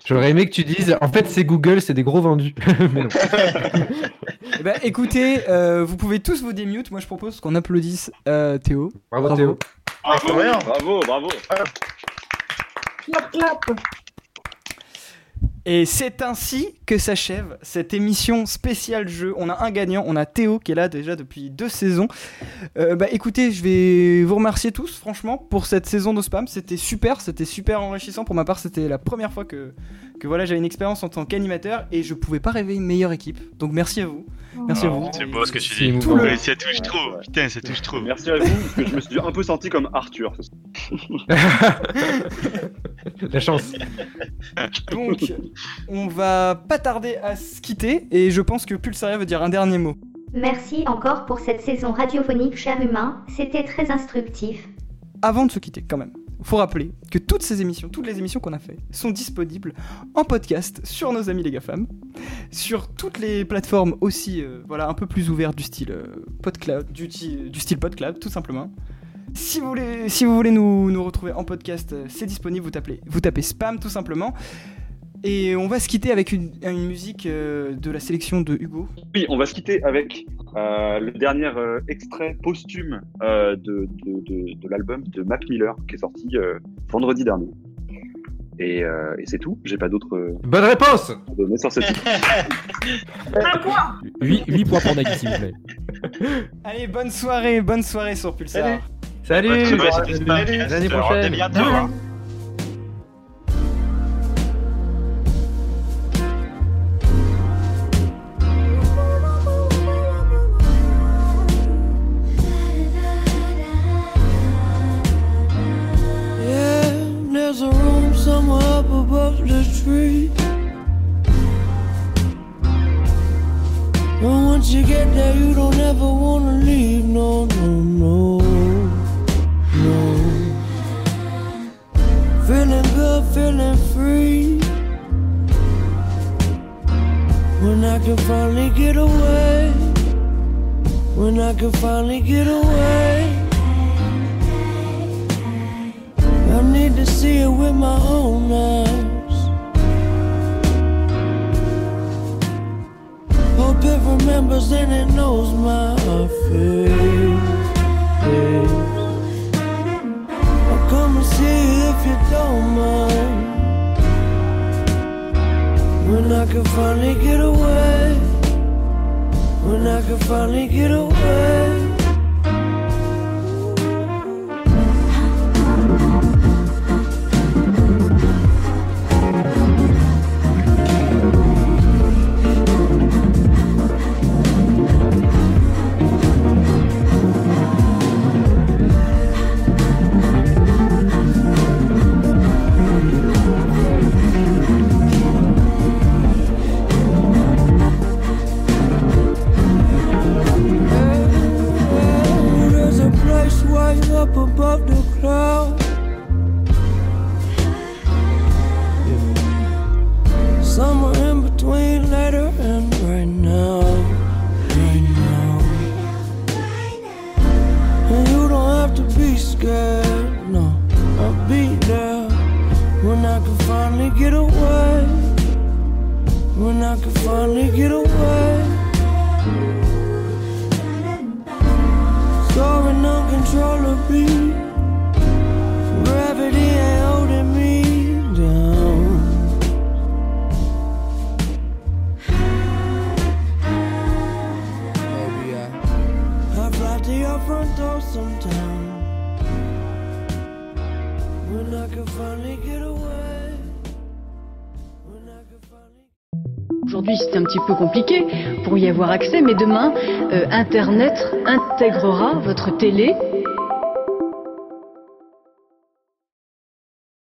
[SPEAKER 8] J'aurais aimé que tu dises. En fait, c'est Google, c'est des gros vendus. Mais non.
[SPEAKER 6] Eh ben, écoutez, euh, vous pouvez tous vous démute. Moi, je propose qu'on applaudisse euh, Théo.
[SPEAKER 8] Bravo, Théo.
[SPEAKER 12] Bravo, bravo, bravo.
[SPEAKER 6] Et c'est ainsi que s'achève cette émission spéciale jeu. On a un gagnant, on a Théo qui est là déjà depuis deux saisons. Euh, bah écoutez, je vais vous remercier tous franchement pour cette saison de spam. C'était super, c'était super enrichissant. Pour ma part, c'était la première fois que, que voilà, j'avais une expérience en tant qu'animateur et je pouvais pas rêver une meilleure équipe. Donc merci à vous. Merci à vous.
[SPEAKER 12] Oh.
[SPEAKER 11] C'est beau ce que tu
[SPEAKER 6] Ah, C'est
[SPEAKER 11] dis.
[SPEAKER 6] émouvant.
[SPEAKER 11] Mais ça touche trop. Putain, ça touche trop.
[SPEAKER 12] Merci à vous, parce que je me suis un peu senti comme Arthur. ce soir.
[SPEAKER 8] La chance.
[SPEAKER 6] Donc, on va pas tarder à se quitter et je pense que Pulsaria veut dire un dernier mot.
[SPEAKER 1] Merci encore pour cette saison radiophonique, cher humain, c'était très instructif.
[SPEAKER 6] Avant de se quitter, quand même, faut rappeler que toutes ces émissions, toutes les émissions qu'on a fait, sont disponibles en podcast sur nos amis les GAFAM, sur toutes les plateformes aussi, euh, voilà, un peu plus ouvertes du style euh, PodCloud, du, ti- du style PodCloud, tout simplement. Si vous voulez, si vous voulez nous, nous retrouver en podcast, euh, c'est disponible, vous tapez, vous tapez spam tout simplement. Et on va se quitter avec une, une musique euh, de la sélection de Hugo.
[SPEAKER 12] Oui, on va se quitter avec euh, le dernier euh, extrait posthume euh, de, de, de- de l'album de Mac Miller qui est sorti euh, vendredi dernier. Et, euh, et c'est tout, j'ai pas d'autres euh,
[SPEAKER 8] Bonne réponse
[SPEAKER 12] à donner sur ce titre.
[SPEAKER 10] Quoi
[SPEAKER 9] 8, points pour Nagui, s'il vous plaît.
[SPEAKER 6] Allez, bonne soirée, bonne soirée sur Pulsar.
[SPEAKER 8] Salut
[SPEAKER 11] Bonne soirée, c'était Spam.
[SPEAKER 8] À l'année
[SPEAKER 11] Alors, à
[SPEAKER 8] prochaine
[SPEAKER 11] bientôt, hein.
[SPEAKER 18] Yeah, there's a room somewhere up above the tree. And once you get there, you don't ever wanna leave. No, no, no, no. Feeling good, feeling free. When I can finally get away. When I can finally get away. I need to see it with my own eyes. Hope it remembers and it knows my face. I'll come and see you if you don't mind. When I can finally get away. When I can finally get away. There's a place way up above the clouds. Somewhere in between later and right now. Right now. And you don't have to be scared, no. I'll be there when I can finally get away. When I can finally get away. Soaring uncontrollably. Gravity ain't holding me down. Maybe I, I fly to your front door sometime. When I can finally get away.
[SPEAKER 15] Aujourd'hui, c'est un petit peu compliqué pour y avoir accès, mais demain, euh, Internet intégrera votre télé